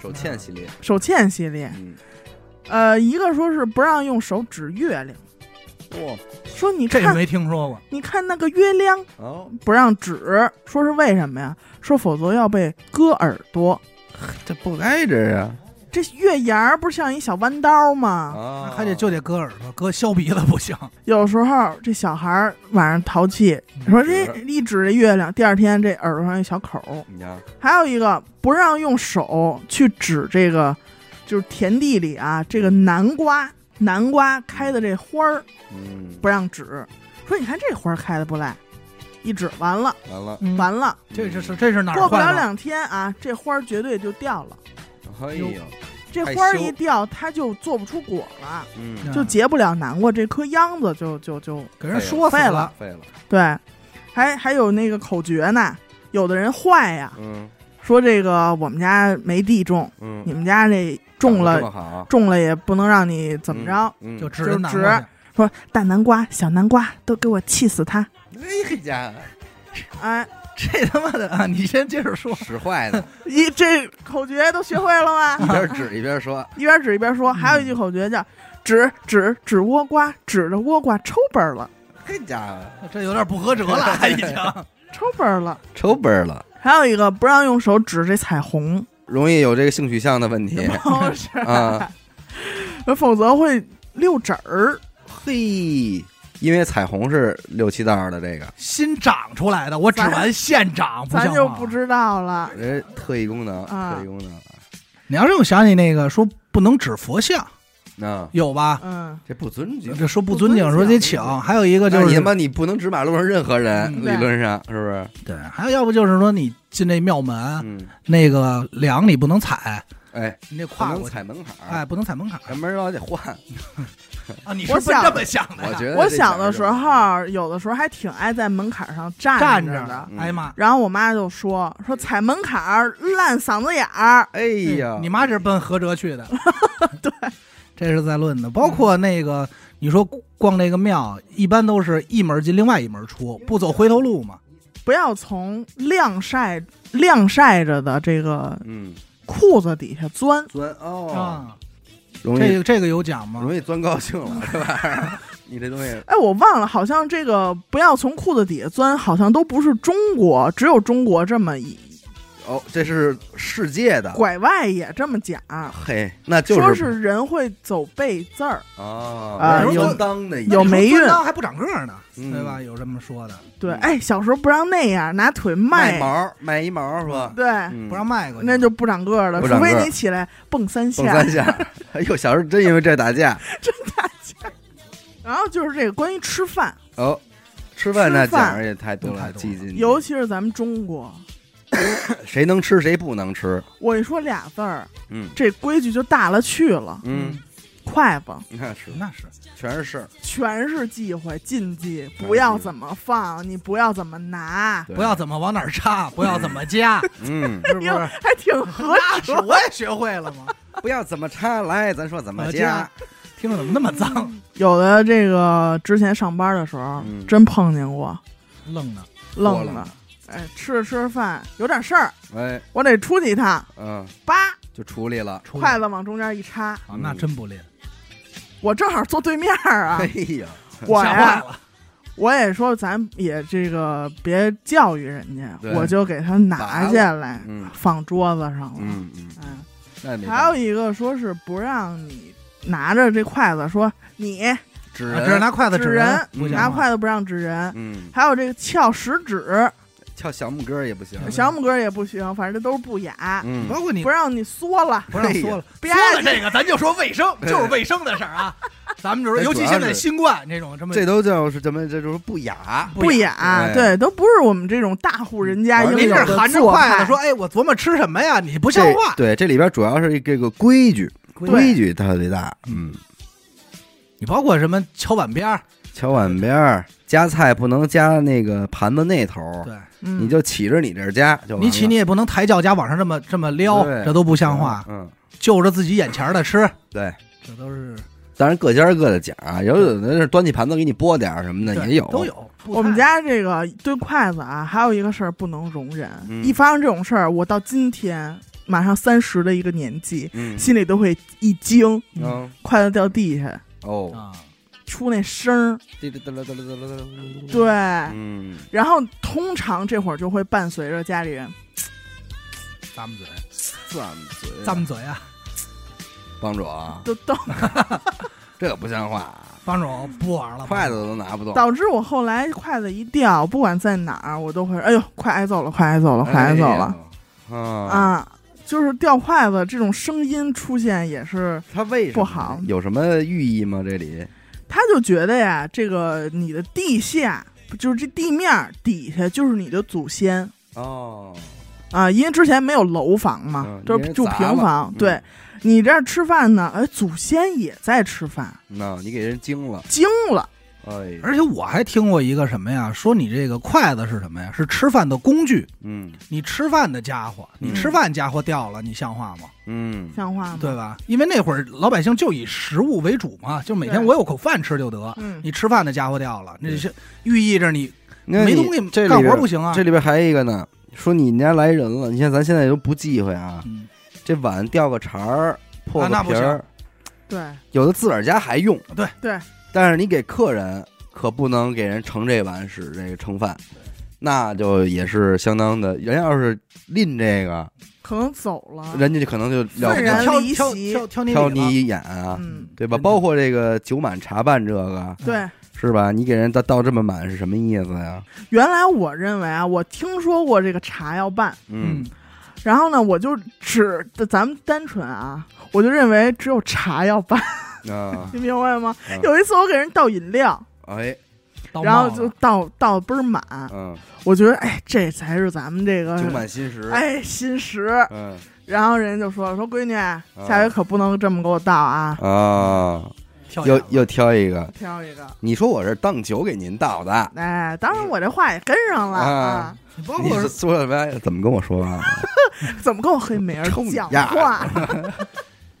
[SPEAKER 1] 手欠系列，
[SPEAKER 3] 手欠系列，
[SPEAKER 1] 嗯，
[SPEAKER 3] 呃，一个说是不让用手指月亮，
[SPEAKER 1] 嗯哇，
[SPEAKER 3] 说你
[SPEAKER 2] 这
[SPEAKER 3] 看
[SPEAKER 2] 没听说过，
[SPEAKER 3] 你看那个月亮
[SPEAKER 1] 哦，
[SPEAKER 3] 不让指，说是为什么呀？说否则要被割耳朵。
[SPEAKER 1] 这不挨着呀，
[SPEAKER 3] 这月牙儿不是像一小弯刀吗？
[SPEAKER 1] 啊
[SPEAKER 2] 那还得就得割耳朵，割削鼻子不行。
[SPEAKER 3] 有时候这小孩儿晚上淘气，说这
[SPEAKER 1] 指
[SPEAKER 3] 一指这月亮，第二天这耳朵上有小口儿。
[SPEAKER 1] 你看，
[SPEAKER 3] 还有一个不让用手去指这个，就是田地里啊，这个南瓜南瓜开的这花儿
[SPEAKER 1] 嗯，
[SPEAKER 3] 不让指，说你看这花儿开的不赖，一指完了
[SPEAKER 1] 完了，
[SPEAKER 2] 嗯
[SPEAKER 3] 完了。
[SPEAKER 2] 这是这是哪
[SPEAKER 3] 过
[SPEAKER 2] 儿
[SPEAKER 3] 不
[SPEAKER 2] 坏
[SPEAKER 3] 了
[SPEAKER 2] 了？
[SPEAKER 3] 两天啊，这花儿绝对就掉了。
[SPEAKER 1] 哎呦，
[SPEAKER 3] 这
[SPEAKER 1] 害
[SPEAKER 3] 花儿
[SPEAKER 1] 羞
[SPEAKER 3] 一掉，它就做不出果了，
[SPEAKER 1] 嗯，
[SPEAKER 3] 就结不了南瓜，这颗秧子就就就
[SPEAKER 2] 给人说死
[SPEAKER 3] 废了，
[SPEAKER 1] 废了，
[SPEAKER 3] 对，还还有那个口诀呢，有的人坏呀，
[SPEAKER 1] 嗯
[SPEAKER 3] 说这个我们家没地种，
[SPEAKER 1] 嗯，
[SPEAKER 3] 你们家这种
[SPEAKER 1] 长得这么
[SPEAKER 3] 了
[SPEAKER 1] 好，
[SPEAKER 3] 种了也不能让你怎么着，
[SPEAKER 1] 嗯？嗯，
[SPEAKER 2] 就
[SPEAKER 1] 这
[SPEAKER 2] 直
[SPEAKER 3] 就
[SPEAKER 2] 男
[SPEAKER 3] 直
[SPEAKER 2] 的
[SPEAKER 3] 说大南瓜、小南瓜都给我气死它，
[SPEAKER 1] 家伙
[SPEAKER 3] 哎，
[SPEAKER 2] 这他妈的啊！你先接着说，
[SPEAKER 1] 使坏的，
[SPEAKER 3] 一这口诀都学会了
[SPEAKER 1] 一
[SPEAKER 3] 吗？
[SPEAKER 1] 边指一边 说，
[SPEAKER 3] 一边指一边
[SPEAKER 2] 嗯
[SPEAKER 3] 说，还有一句口诀叫“指指指倭瓜，指着倭瓜抽本儿了，
[SPEAKER 1] 这家伙
[SPEAKER 2] 这有点不合辙 了，已经。
[SPEAKER 3] 抽本儿了
[SPEAKER 1] 抽本儿了，”。
[SPEAKER 3] 还有一个不让用手指这彩虹，
[SPEAKER 1] 容易有这个性取向的问题
[SPEAKER 3] 不是，
[SPEAKER 1] 啊。
[SPEAKER 3] 否则会溜指儿。
[SPEAKER 1] 嘿，因为彩虹是六七道儿的这个，
[SPEAKER 2] 新长出来的，我只玩现长，不啊像
[SPEAKER 3] 咱
[SPEAKER 2] 话
[SPEAKER 3] 就不。知道了。
[SPEAKER 1] 人家特异功能，
[SPEAKER 3] 啊
[SPEAKER 1] 特异功能，
[SPEAKER 2] 你要这么想起那个说不能指佛像，
[SPEAKER 1] 那
[SPEAKER 2] 有吧？
[SPEAKER 3] 嗯，
[SPEAKER 1] 这不尊敬。
[SPEAKER 2] 这说不尊敬，啊
[SPEAKER 3] 不
[SPEAKER 2] 说
[SPEAKER 3] 尊
[SPEAKER 2] 得
[SPEAKER 3] 敬
[SPEAKER 2] 请。还有一个
[SPEAKER 1] 那
[SPEAKER 2] 就
[SPEAKER 1] 你
[SPEAKER 2] 是
[SPEAKER 1] 他妈你不能指马路上任何人，
[SPEAKER 2] 嗯啊
[SPEAKER 1] 理论上是不是？
[SPEAKER 2] 对，还有要不就是说你进那庙门，
[SPEAKER 1] 嗯，
[SPEAKER 2] 那个梁你不能踩，
[SPEAKER 1] 哎，
[SPEAKER 2] 你得
[SPEAKER 1] 不
[SPEAKER 2] 跨
[SPEAKER 1] 能
[SPEAKER 2] 过去。
[SPEAKER 1] 踩门槛儿，
[SPEAKER 2] 哎，不能踩门槛
[SPEAKER 1] 哎，门儿老得换。
[SPEAKER 2] 啊！你
[SPEAKER 3] 是不是
[SPEAKER 2] 这
[SPEAKER 3] 这
[SPEAKER 2] 么
[SPEAKER 3] 么
[SPEAKER 2] 哎想的？
[SPEAKER 1] 我觉得
[SPEAKER 3] 我
[SPEAKER 1] 这
[SPEAKER 3] 小的时
[SPEAKER 1] 小孩儿
[SPEAKER 3] 候，有的时候还挺爱在门槛上站
[SPEAKER 2] 站
[SPEAKER 3] 着
[SPEAKER 2] 着
[SPEAKER 3] 的。
[SPEAKER 1] 嗯
[SPEAKER 2] 哎呀妈！
[SPEAKER 3] 然后我妈就说说踩门槛儿烂嗓子眼儿，
[SPEAKER 1] 就是，哎呀，
[SPEAKER 2] 嗯你妈是奔菏 泽去的。对，这是在论的。包括那个，你说逛那个庙，一般都是一门进，另外一门出，不走回头路嘛。
[SPEAKER 3] 不要从晾晒晾晒着的这个
[SPEAKER 1] 嗯，裤
[SPEAKER 3] 裤子底下钻。
[SPEAKER 1] 钻哦，
[SPEAKER 2] 啊，
[SPEAKER 1] 容
[SPEAKER 2] 这
[SPEAKER 1] 易
[SPEAKER 2] 个这个有讲吗？
[SPEAKER 1] 容易钻高兴 了，这玩意儿，你这东西
[SPEAKER 3] 哎，我忘了，好像这个不要从裤子底下钻，好像都不是中国，只有中国这么一
[SPEAKER 1] 哦，这是世界的，
[SPEAKER 3] 拐外也这么讲，
[SPEAKER 1] 嘿，那就
[SPEAKER 3] 说
[SPEAKER 1] 是
[SPEAKER 3] 是人会走背字儿。
[SPEAKER 1] 哦
[SPEAKER 3] 啊
[SPEAKER 1] 有
[SPEAKER 2] 有
[SPEAKER 1] 人当的
[SPEAKER 3] 有霉运
[SPEAKER 2] 那你说蹲裆还不长个儿呢，
[SPEAKER 1] 嗯
[SPEAKER 2] 对吧？有这么说的，
[SPEAKER 3] 对，
[SPEAKER 1] 嗯
[SPEAKER 3] 哎，小时候不让那样，拿腿迈，
[SPEAKER 1] 卖毛卖一毛是吧？
[SPEAKER 3] 对，
[SPEAKER 1] 嗯
[SPEAKER 2] 不让迈过去。
[SPEAKER 3] 那就不长个儿了，
[SPEAKER 1] 不
[SPEAKER 3] 除
[SPEAKER 1] 长个儿
[SPEAKER 3] 非你起来蹦三
[SPEAKER 1] 蹦
[SPEAKER 3] 下
[SPEAKER 1] 三。下，哎呦，小时候真因为这打架
[SPEAKER 3] 然后就是这个关于吃饭，
[SPEAKER 1] 哦。吃饭那
[SPEAKER 3] 吃饭
[SPEAKER 1] 讲究也太多了，
[SPEAKER 2] 太多了
[SPEAKER 1] 记进
[SPEAKER 3] 尤其是咱们中国，
[SPEAKER 1] 谁能吃谁不能吃，
[SPEAKER 3] 我一说俩字儿，
[SPEAKER 1] 嗯
[SPEAKER 3] 这规矩就大了去了。
[SPEAKER 1] 嗯，，
[SPEAKER 3] 筷子
[SPEAKER 1] 那是
[SPEAKER 2] 那是
[SPEAKER 1] 全是事儿，
[SPEAKER 3] 全是忌讳禁
[SPEAKER 1] 忌
[SPEAKER 3] 忌，
[SPEAKER 1] 讳
[SPEAKER 3] 不要怎么放，你不要怎么拿，
[SPEAKER 1] 对
[SPEAKER 2] 不要怎么往哪儿插，不要怎 么夹，
[SPEAKER 1] 嗯，
[SPEAKER 2] 是不
[SPEAKER 3] 哟，
[SPEAKER 2] 是？
[SPEAKER 3] 还挺合
[SPEAKER 2] 那 是我也学会了吗？
[SPEAKER 1] 不要怎么插来，咱说怎么加
[SPEAKER 2] 夹，， 听着怎么那么脏？
[SPEAKER 3] 有的这个之前上班的时候，
[SPEAKER 1] 嗯
[SPEAKER 3] 真碰见过，
[SPEAKER 2] 愣呢，
[SPEAKER 1] 过
[SPEAKER 3] 愣
[SPEAKER 1] 了
[SPEAKER 3] 的，哎，吃着吃着饭有点事儿，
[SPEAKER 1] 哎，
[SPEAKER 3] 我得出去一趟，
[SPEAKER 1] 嗯，
[SPEAKER 3] 叭，
[SPEAKER 1] 就出力了，
[SPEAKER 2] 出来
[SPEAKER 3] 筷子往中间一插，
[SPEAKER 2] 啊，那真不吝，
[SPEAKER 3] 我正好坐对面儿啊
[SPEAKER 1] 哎，呀，
[SPEAKER 3] 我
[SPEAKER 2] 吓坏
[SPEAKER 3] 呀，
[SPEAKER 2] 了。
[SPEAKER 3] 我也说咱也这个别教育人家，
[SPEAKER 1] 对
[SPEAKER 3] 我就给他拿下来，
[SPEAKER 1] 嗯
[SPEAKER 3] 放桌子上了。
[SPEAKER 1] 嗯嗯，
[SPEAKER 3] 嗯
[SPEAKER 1] 那没办法
[SPEAKER 3] 还有一个说是不让你拿着这筷子，说你
[SPEAKER 1] 指
[SPEAKER 2] 啊只是
[SPEAKER 1] 人，
[SPEAKER 2] 拿筷子
[SPEAKER 3] 指人
[SPEAKER 1] 嗯
[SPEAKER 2] 不行
[SPEAKER 3] 拿
[SPEAKER 2] 吗
[SPEAKER 3] 筷子不让指人。
[SPEAKER 1] 嗯，
[SPEAKER 3] 还有这个翘食指，
[SPEAKER 1] 翘小拇哥也不行，
[SPEAKER 3] 小拇哥也不行，反正这都是不雅，
[SPEAKER 1] 嗯，
[SPEAKER 2] 包括你
[SPEAKER 3] 不让你缩了，
[SPEAKER 2] 不让说了，说
[SPEAKER 3] 哎呀
[SPEAKER 2] 了这 个，咱就说卫生，
[SPEAKER 1] 对
[SPEAKER 2] 就是卫生的事儿 啊。咱们就是，
[SPEAKER 1] 哎
[SPEAKER 2] 尤
[SPEAKER 1] 主
[SPEAKER 2] 其
[SPEAKER 1] 要
[SPEAKER 2] 现在
[SPEAKER 1] 是
[SPEAKER 2] 新冠这种什么
[SPEAKER 1] 这都叫是怎么？这就是不雅，
[SPEAKER 3] 不雅，
[SPEAKER 1] 哎嗯
[SPEAKER 3] 对，都不是我们这种大户人家
[SPEAKER 1] 玩
[SPEAKER 3] 应
[SPEAKER 1] 儿
[SPEAKER 2] 您
[SPEAKER 3] 有
[SPEAKER 2] 这
[SPEAKER 3] 的
[SPEAKER 2] 含着
[SPEAKER 3] 做
[SPEAKER 2] 筷
[SPEAKER 3] 派
[SPEAKER 2] 子说，，哎，我琢磨吃什么呀？你不像
[SPEAKER 1] 这
[SPEAKER 2] 话。
[SPEAKER 1] 对，这里边主要是这个规矩，
[SPEAKER 2] 规
[SPEAKER 1] 规矩特别大，嗯，
[SPEAKER 2] 你包括什么敲碗边儿，
[SPEAKER 1] 敲碗边儿夹菜不能夹那个盘子那头儿，
[SPEAKER 2] 对
[SPEAKER 3] 嗯
[SPEAKER 1] 你就起着你这儿夹就完了，
[SPEAKER 2] 你起你也不能抬轿加往上这么这么撩，
[SPEAKER 1] 对
[SPEAKER 2] 这都不像话。
[SPEAKER 1] 嗯，
[SPEAKER 2] 就着自己眼前儿的吃，
[SPEAKER 1] 对。
[SPEAKER 2] 这都是
[SPEAKER 1] 当然各家各的讲啊，有有的是端起盘子给你拨点儿什么的
[SPEAKER 2] 对
[SPEAKER 1] 也有，
[SPEAKER 2] 都，有。不
[SPEAKER 3] 我们
[SPEAKER 2] 太
[SPEAKER 3] 家这个对筷子啊，还有一个事儿不能容忍。
[SPEAKER 1] 嗯
[SPEAKER 3] 一发生这种事儿，我到今天马上三十的一个年纪，
[SPEAKER 1] 嗯，
[SPEAKER 3] 心里都会一惊，
[SPEAKER 2] 嗯
[SPEAKER 1] 嗯
[SPEAKER 3] 筷子掉地下
[SPEAKER 1] 哦，
[SPEAKER 2] 啊，
[SPEAKER 3] 出那声儿。
[SPEAKER 1] 滴滴答啦答啦答啦答啦，
[SPEAKER 3] 对，
[SPEAKER 1] 嗯，
[SPEAKER 3] 然后通常这会儿就会伴随着家里人，
[SPEAKER 2] 咂巴嘴，
[SPEAKER 1] 咱们嘴，
[SPEAKER 2] 咂巴嘴啊，
[SPEAKER 1] 帮主啊，
[SPEAKER 3] 都都
[SPEAKER 1] 这不像话啊，
[SPEAKER 2] 帮主不玩了，
[SPEAKER 1] 筷子都拿不动，
[SPEAKER 3] 导致我后来筷子一掉，不管在哪儿，我都会哎呦，快挨揍了，快挨揍了，快挨揍了、
[SPEAKER 1] 哎呀。啊，
[SPEAKER 3] 啊！就是掉筷子这种声音出现也是。
[SPEAKER 1] 他为什么
[SPEAKER 3] 不好
[SPEAKER 1] 有什么寓意吗？这里
[SPEAKER 3] 他就觉得呀，这个你的地下就是这地面儿底下就是你的祖先，
[SPEAKER 1] 哦，
[SPEAKER 3] 啊，因为之前没有楼房嘛，
[SPEAKER 1] 嗯
[SPEAKER 3] 就
[SPEAKER 1] 一
[SPEAKER 3] 是
[SPEAKER 1] 人
[SPEAKER 3] 住
[SPEAKER 1] 砸
[SPEAKER 3] 平
[SPEAKER 1] 了
[SPEAKER 3] 房。
[SPEAKER 1] 嗯
[SPEAKER 3] 对你这儿吃饭呢，哎，祖先也在吃饭，
[SPEAKER 1] 那你给人惊了，
[SPEAKER 3] 惊了。
[SPEAKER 1] 哎，
[SPEAKER 2] 而且我还听过一个什么呀，说你这个筷子是什么呀？是吃饭的工具，
[SPEAKER 1] 嗯
[SPEAKER 2] 你吃饭的家伙，你
[SPEAKER 1] 嗯
[SPEAKER 2] 吃饭家伙掉了，你像话吗？
[SPEAKER 1] 嗯，
[SPEAKER 3] 像话吗？
[SPEAKER 2] 对吧？因为那会儿老百姓就以食物为主嘛，就每天
[SPEAKER 3] 对
[SPEAKER 2] 我有口饭吃就得。
[SPEAKER 3] 嗯，
[SPEAKER 2] 你吃饭的家伙掉了，那是寓意着你
[SPEAKER 1] 那
[SPEAKER 2] 没
[SPEAKER 1] 你
[SPEAKER 2] 东西
[SPEAKER 1] 这里
[SPEAKER 2] 干活
[SPEAKER 1] 边
[SPEAKER 2] 不行啊
[SPEAKER 1] 这。里边还有一个呢，说你家来人了，你看咱现在都不忌讳啊，
[SPEAKER 2] 嗯
[SPEAKER 1] 这碗掉个茬儿、破
[SPEAKER 2] 啊那
[SPEAKER 1] 个
[SPEAKER 2] 不
[SPEAKER 1] 皮儿，
[SPEAKER 3] 对
[SPEAKER 1] 有的自个儿家还用，
[SPEAKER 2] 对
[SPEAKER 3] 对，
[SPEAKER 1] 但是你给客人可不能给人盛这碗使这个盛饭，那就也是相当的，人要是吝这个，
[SPEAKER 3] 可能走了。
[SPEAKER 1] 人家就可能就了
[SPEAKER 3] 愤然
[SPEAKER 1] 不
[SPEAKER 2] 啊挑
[SPEAKER 3] 离
[SPEAKER 2] 挑
[SPEAKER 3] 席
[SPEAKER 2] 挑挑你
[SPEAKER 1] 挑
[SPEAKER 2] 理了
[SPEAKER 1] 你一眼啊，
[SPEAKER 3] 嗯，
[SPEAKER 1] 对吧？包括这个酒满茶半这个
[SPEAKER 2] 嗯
[SPEAKER 3] 对，
[SPEAKER 1] 是吧？你给人倒倒这么满是什么意思呀？
[SPEAKER 3] 原来我认为啊，我听说过这个茶要办，
[SPEAKER 2] 嗯，
[SPEAKER 3] 然后呢，我就只咱们单纯啊，我就认为只有茶要办，
[SPEAKER 1] 啊，
[SPEAKER 3] 你明白吗？
[SPEAKER 1] 嗯
[SPEAKER 3] 有一次我给人倒饮料，
[SPEAKER 1] 哎，
[SPEAKER 2] 倒
[SPEAKER 3] 然后
[SPEAKER 2] 冒
[SPEAKER 3] 就
[SPEAKER 2] 了
[SPEAKER 3] 倒倒倍儿满，
[SPEAKER 1] 嗯，
[SPEAKER 3] 我觉得哎，这才是咱们这
[SPEAKER 1] 酒
[SPEAKER 3] 个
[SPEAKER 1] 满心时，
[SPEAKER 3] 哎心实。
[SPEAKER 1] 嗯
[SPEAKER 3] 然后人家就说说闺女，下回可不能这么给我倒啊，
[SPEAKER 1] 啊，
[SPEAKER 2] 挑
[SPEAKER 1] 又
[SPEAKER 2] 眼了
[SPEAKER 1] 又挑一个，
[SPEAKER 3] 挑一个。
[SPEAKER 1] 你说我是当酒给您倒的，
[SPEAKER 3] 哎，当然我这话也跟上了啊
[SPEAKER 1] 啊，
[SPEAKER 2] 你包
[SPEAKER 1] 你
[SPEAKER 2] 括
[SPEAKER 1] 是说什么呀？怎么跟我说啊话？
[SPEAKER 3] 怎么跟我黑美人
[SPEAKER 1] 抽你
[SPEAKER 3] 讲
[SPEAKER 1] 丫
[SPEAKER 3] 话？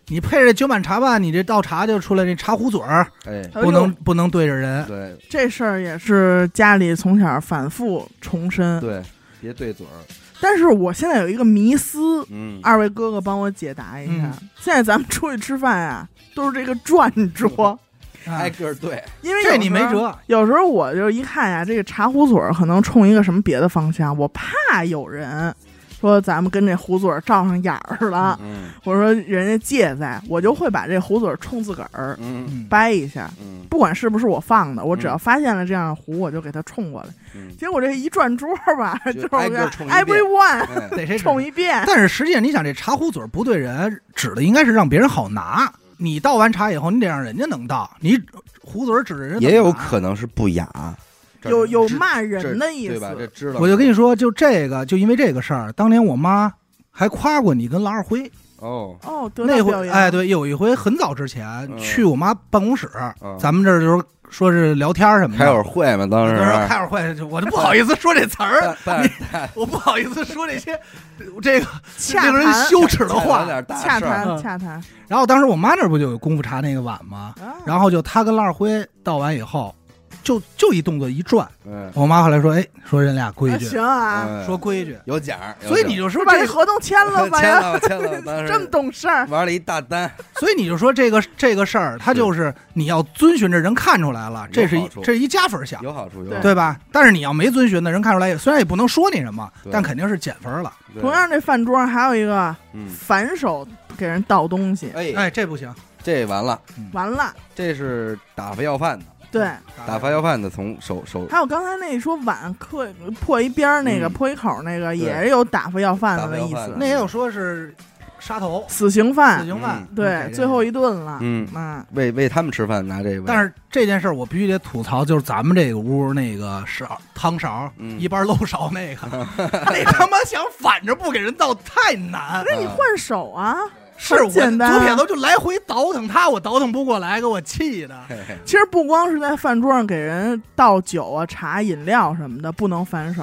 [SPEAKER 2] 你配着酒满茶半，你这倒茶就出来这茶壶嘴儿，
[SPEAKER 1] 哎，
[SPEAKER 3] 哎呦
[SPEAKER 2] 不能不能对着人。
[SPEAKER 1] 对
[SPEAKER 3] 这事儿也是家里从小反复重申，
[SPEAKER 1] 对，别对嘴儿。
[SPEAKER 3] 但是我现在有一个迷思，
[SPEAKER 1] 嗯，
[SPEAKER 3] 二位哥哥帮我解答一下。现在咱们出去吃饭啊，都是这个转桌，
[SPEAKER 2] 啊
[SPEAKER 1] 挨个儿对，哎
[SPEAKER 3] 因为有
[SPEAKER 2] 这你没
[SPEAKER 3] 时候。
[SPEAKER 2] 辙，
[SPEAKER 3] 有时候我就一看呀、这个茶壶嘴儿可能冲一个什么别的方向，我怕有人说咱们跟这壶嘴儿照上眼儿了，
[SPEAKER 1] 嗯
[SPEAKER 3] 我说人家借在，我就会把这壶嘴儿冲自个儿
[SPEAKER 1] 嗯
[SPEAKER 2] 嗯，
[SPEAKER 3] 掰一下，
[SPEAKER 1] 嗯
[SPEAKER 3] 不管是不是我放的，我只要发现了这样的壶，我就给它冲过来。
[SPEAKER 1] 嗯，
[SPEAKER 3] 结果这一转桌吧，
[SPEAKER 1] 就
[SPEAKER 3] 就是
[SPEAKER 1] 挨个
[SPEAKER 3] 我
[SPEAKER 1] 冲一遍
[SPEAKER 3] everyone
[SPEAKER 1] 哎
[SPEAKER 2] 得谁知道
[SPEAKER 3] 冲一遍，
[SPEAKER 2] 但是实际上，你想这茶壶嘴儿不对人，指的应该是让别人好拿。你倒完茶以后，你得让人家能倒，你壶嘴儿指着人
[SPEAKER 1] 也有
[SPEAKER 2] 能。
[SPEAKER 1] 可能是不雅，哎这
[SPEAKER 3] 有有
[SPEAKER 1] 这
[SPEAKER 3] 骂
[SPEAKER 1] 这
[SPEAKER 3] 人的意
[SPEAKER 1] 对吧？这
[SPEAKER 3] 思。
[SPEAKER 1] 知道，
[SPEAKER 2] 我就跟你说，就这个，就因为这个事儿，当年我妈还夸过你跟郎二辉。
[SPEAKER 1] 哦，
[SPEAKER 3] 哦，得
[SPEAKER 2] 那
[SPEAKER 3] 到
[SPEAKER 2] 回
[SPEAKER 3] 表扬。
[SPEAKER 2] 哎，，对，有一回很早之前
[SPEAKER 1] 嗯
[SPEAKER 2] 去我妈办公室，
[SPEAKER 1] 嗯
[SPEAKER 2] 咱们这儿就是说是聊天儿什么的，
[SPEAKER 1] 开会儿会嘛，当
[SPEAKER 2] 有时候
[SPEAKER 1] 时。
[SPEAKER 2] 开会儿会，我就不好意思说这 词儿，
[SPEAKER 1] 但但是
[SPEAKER 2] 我不好意思说这些这个
[SPEAKER 3] 洽
[SPEAKER 2] 令人
[SPEAKER 3] 谈，
[SPEAKER 2] 羞耻的
[SPEAKER 1] 讲
[SPEAKER 2] 话。
[SPEAKER 1] 点大
[SPEAKER 3] 洽
[SPEAKER 1] 事儿，啊
[SPEAKER 2] 嗯
[SPEAKER 3] 谈，洽谈。
[SPEAKER 2] 然后当时我妈那儿不就有功夫茶那个碗吗？
[SPEAKER 3] 啊
[SPEAKER 2] 然后就他跟二辉倒完以后，就就一动作一转，
[SPEAKER 1] 嗯，
[SPEAKER 2] 我妈后来说，哎，说人俩规
[SPEAKER 3] 啊
[SPEAKER 2] 矩，
[SPEAKER 3] 行啊，
[SPEAKER 1] 嗯
[SPEAKER 2] 说规矩，
[SPEAKER 1] 有奖儿，有
[SPEAKER 2] 所以你
[SPEAKER 1] 奖
[SPEAKER 2] 就说
[SPEAKER 3] 把这
[SPEAKER 2] 这，
[SPEAKER 3] 合同签了
[SPEAKER 1] 儿
[SPEAKER 3] 吧
[SPEAKER 1] 签
[SPEAKER 3] 呀，
[SPEAKER 1] 了签 了，当时
[SPEAKER 3] 这么懂事儿。
[SPEAKER 1] 玩了一大单，
[SPEAKER 2] 所以你就说这个这个事儿，它就是你要遵循着人看出来了，这是一
[SPEAKER 1] 有好处
[SPEAKER 2] 这是一加分项，
[SPEAKER 1] 有好处，有
[SPEAKER 3] 对
[SPEAKER 1] 好处
[SPEAKER 2] 对吧？但是你要没遵循的人看出来，虽然也不能说你什么，
[SPEAKER 1] 对
[SPEAKER 2] 但肯定是减分了。
[SPEAKER 1] 对
[SPEAKER 3] 同样，这饭桌上还有一个
[SPEAKER 1] 嗯，
[SPEAKER 3] 反手给人倒东西，
[SPEAKER 1] 哎，
[SPEAKER 2] 哎，这不行，
[SPEAKER 1] 这完了，
[SPEAKER 3] 完了，
[SPEAKER 1] 这是打发要饭的，
[SPEAKER 3] 对。
[SPEAKER 1] 打发要饭的从手手
[SPEAKER 3] 还有刚才那说碗刻破一边儿那个，
[SPEAKER 1] 嗯
[SPEAKER 3] 破一口儿那个，
[SPEAKER 1] 对
[SPEAKER 3] 也有打发要饭
[SPEAKER 1] 打
[SPEAKER 3] 的
[SPEAKER 1] 发
[SPEAKER 3] 的
[SPEAKER 1] 要
[SPEAKER 3] 意
[SPEAKER 1] 饭
[SPEAKER 3] 思
[SPEAKER 1] 的。
[SPEAKER 2] 那也有说是杀头、
[SPEAKER 3] 死刑
[SPEAKER 2] 死
[SPEAKER 3] 犯，
[SPEAKER 2] 刑犯，
[SPEAKER 3] 对，最后
[SPEAKER 2] 一。
[SPEAKER 3] 一顿了。
[SPEAKER 1] 嗯
[SPEAKER 3] 嗯，
[SPEAKER 1] 喂喂他们吃饭拿这个，
[SPEAKER 2] 但是这件事儿我必须得吐槽，就是咱们这个屋那个勺汤勺
[SPEAKER 1] 嗯
[SPEAKER 2] 一半漏勺那个， 那他妈想反着不给人倒太 难。
[SPEAKER 3] 那你换手啊！
[SPEAKER 2] 是我
[SPEAKER 3] 简单啊
[SPEAKER 2] 左撇头就来回倒腾他，我倒腾不过来，给我气的。
[SPEAKER 1] 嘿嘿
[SPEAKER 3] 其实不光是在饭桌上给人倒酒啊、茶、饮料什么的，不能反手。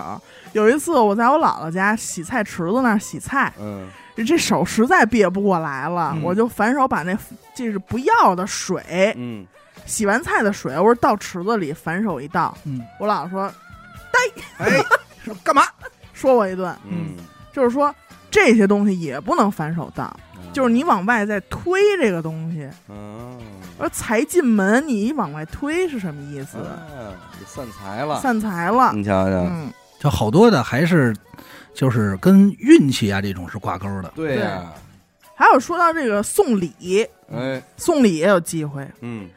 [SPEAKER 3] 有一次我在我姥姥家洗菜池子那儿洗菜，
[SPEAKER 1] 嗯
[SPEAKER 3] 这手实在憋不过来了，
[SPEAKER 2] 嗯
[SPEAKER 3] 我就反手把那就是不要的水，
[SPEAKER 1] 嗯，
[SPEAKER 3] 洗完菜的水，我说倒池子里，反手一倒。
[SPEAKER 2] 嗯，
[SPEAKER 3] 我姥姥说
[SPEAKER 2] 哎，说干嘛？
[SPEAKER 3] 说我一顿，
[SPEAKER 1] 嗯，
[SPEAKER 3] 就是说这些东西也不能反手倒，就是你往外再推这个东西。
[SPEAKER 1] 嗯，
[SPEAKER 3] 而才进门，你一往外推是什么意思？
[SPEAKER 1] 啊你散财了，
[SPEAKER 3] 散财了。
[SPEAKER 1] 你瞧瞧，
[SPEAKER 3] 嗯，
[SPEAKER 2] 就好多的还是就是跟运气啊这种是挂钩的。
[SPEAKER 1] 对呀，
[SPEAKER 3] 还有说到这个送礼，
[SPEAKER 1] 哎，
[SPEAKER 3] 送礼也有忌讳。
[SPEAKER 1] 嗯，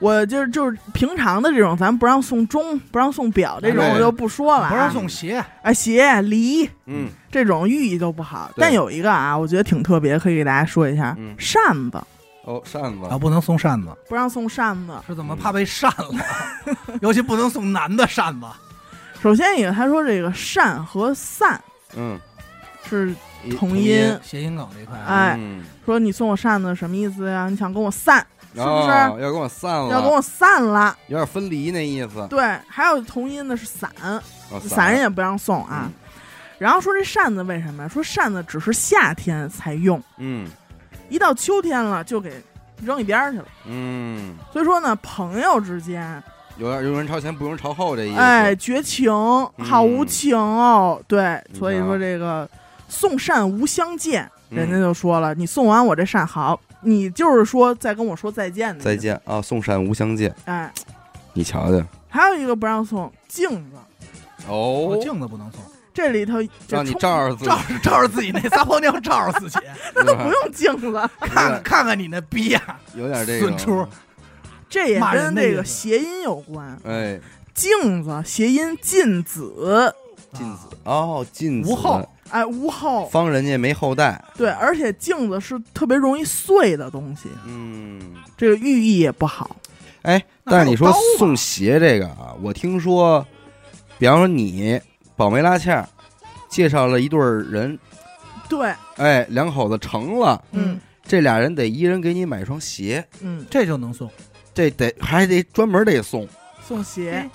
[SPEAKER 3] 我就是就是平常的这种，咱不让送钟，不让送表这种，
[SPEAKER 1] 对
[SPEAKER 3] 我就不说了、啊。
[SPEAKER 2] 哎不让送鞋，
[SPEAKER 3] 啊，鞋、梨
[SPEAKER 1] 嗯
[SPEAKER 3] 这种寓意都不好。
[SPEAKER 1] 对
[SPEAKER 3] 但有一个啊，我觉得挺特别，可以给大家说一下，
[SPEAKER 1] 嗯
[SPEAKER 3] 扇子
[SPEAKER 1] 哦，扇子
[SPEAKER 2] 啊，不能送扇子，
[SPEAKER 3] 不让送扇子。
[SPEAKER 2] 是怎么怕被扇了？ 尤其不能送男的扇子。
[SPEAKER 3] 首先一个，他说这个扇和散，
[SPEAKER 1] 嗯，
[SPEAKER 3] 是
[SPEAKER 1] 一
[SPEAKER 3] 同音，
[SPEAKER 2] 谐音梗这块啊，
[SPEAKER 3] 哎
[SPEAKER 1] 嗯
[SPEAKER 3] 说你送我扇子什么意思呀？你想跟我散，是不是
[SPEAKER 1] 哦要跟我散
[SPEAKER 2] 嗯
[SPEAKER 1] 了？
[SPEAKER 3] 要跟我散了。
[SPEAKER 1] 有点分离那意思。
[SPEAKER 3] 对，还有同音的是伞，
[SPEAKER 1] 哦
[SPEAKER 3] 伞人也不让送啊。然后说这扇子为什么呀？说扇子只是夏天才用，
[SPEAKER 1] 嗯
[SPEAKER 3] 一到秋天了就给扔一边儿去了。
[SPEAKER 1] 嗯，
[SPEAKER 3] 所以说呢，朋友之间，
[SPEAKER 1] 有点有人朝前不用朝后这意思。嗯
[SPEAKER 3] 哎，绝情，好无情哦。对，所以说这个送扇无相见，
[SPEAKER 1] 嗯，
[SPEAKER 3] 人家就说了，你送完我这扇好，你就是说再跟我说再见的，
[SPEAKER 1] 再。见啊，送扇无相见，
[SPEAKER 3] 哎，
[SPEAKER 1] 你瞧瞧
[SPEAKER 3] 还有一个不让送镜子，
[SPEAKER 1] 哦
[SPEAKER 2] 我镜子不能送，
[SPEAKER 3] 这里头就
[SPEAKER 1] 让你
[SPEAKER 3] 充
[SPEAKER 1] 照着自己
[SPEAKER 2] 照，着照着自己那撒泡尿照着自己，
[SPEAKER 1] 那
[SPEAKER 3] 都不用镜子，
[SPEAKER 2] 看看看看你那逼啊呀，
[SPEAKER 1] 有点这个
[SPEAKER 2] 损出。
[SPEAKER 3] 这也
[SPEAKER 2] 骂人
[SPEAKER 3] 跟
[SPEAKER 2] 的
[SPEAKER 3] 这
[SPEAKER 2] 意
[SPEAKER 3] 个
[SPEAKER 2] 思
[SPEAKER 3] 谐音有关。
[SPEAKER 1] 哎，
[SPEAKER 3] 镜子谐音禁子，
[SPEAKER 1] 禁子哦，禁子
[SPEAKER 2] 无后，
[SPEAKER 3] 哎，无后。
[SPEAKER 1] 方人家没后代。
[SPEAKER 3] 对，而且镜子是特别容易碎的东西，
[SPEAKER 1] 嗯，
[SPEAKER 3] 这个寓意也不好。
[SPEAKER 1] 哎，
[SPEAKER 2] 那
[SPEAKER 1] 但是
[SPEAKER 2] 还
[SPEAKER 1] 你
[SPEAKER 2] 有
[SPEAKER 1] 说
[SPEAKER 2] 刀吧
[SPEAKER 1] 送鞋这个啊，我听说，比方说你保媒拉纤儿介绍了一对儿人，
[SPEAKER 3] 对，
[SPEAKER 1] 哎，两口子成了，
[SPEAKER 3] 嗯
[SPEAKER 1] 这俩人得一人给你买双鞋，
[SPEAKER 3] 嗯，
[SPEAKER 2] 这就能送，
[SPEAKER 1] 这得还得专门得送，
[SPEAKER 3] 送鞋，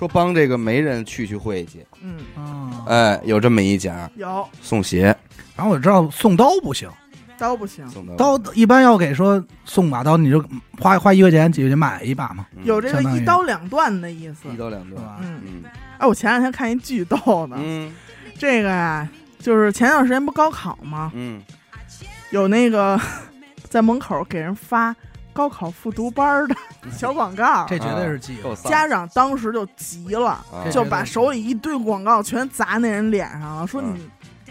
[SPEAKER 1] 说帮这个媒人去去会去，
[SPEAKER 3] 嗯，
[SPEAKER 2] 嗯，
[SPEAKER 1] 哎，有这么一家
[SPEAKER 3] 有
[SPEAKER 1] 送鞋，
[SPEAKER 2] 然后我知道送刀不行，
[SPEAKER 3] 刀不行，
[SPEAKER 1] 送到
[SPEAKER 2] 刀一般要给说送把刀，你就花花一块钱几块钱买一把嘛，
[SPEAKER 1] 嗯
[SPEAKER 3] 有这个
[SPEAKER 2] 相当于
[SPEAKER 3] 一刀两断的意思
[SPEAKER 1] 一。刀两
[SPEAKER 2] 是
[SPEAKER 1] 断，
[SPEAKER 2] 吧？
[SPEAKER 3] 嗯，
[SPEAKER 1] 嗯
[SPEAKER 3] 哎，我前两天看一剧逗的，
[SPEAKER 1] 嗯
[SPEAKER 3] 这个呀，就是前段时间不高考吗？
[SPEAKER 1] 嗯，
[SPEAKER 3] 有那个 在门口给人发高考复读班儿的小广告，
[SPEAKER 2] 这绝对是记
[SPEAKER 1] 够
[SPEAKER 2] 的，
[SPEAKER 1] 丧
[SPEAKER 3] 家长当时就急了，
[SPEAKER 1] 啊
[SPEAKER 3] 就把手里一堆广告全砸那人脸上了，说
[SPEAKER 1] 嗯
[SPEAKER 3] 你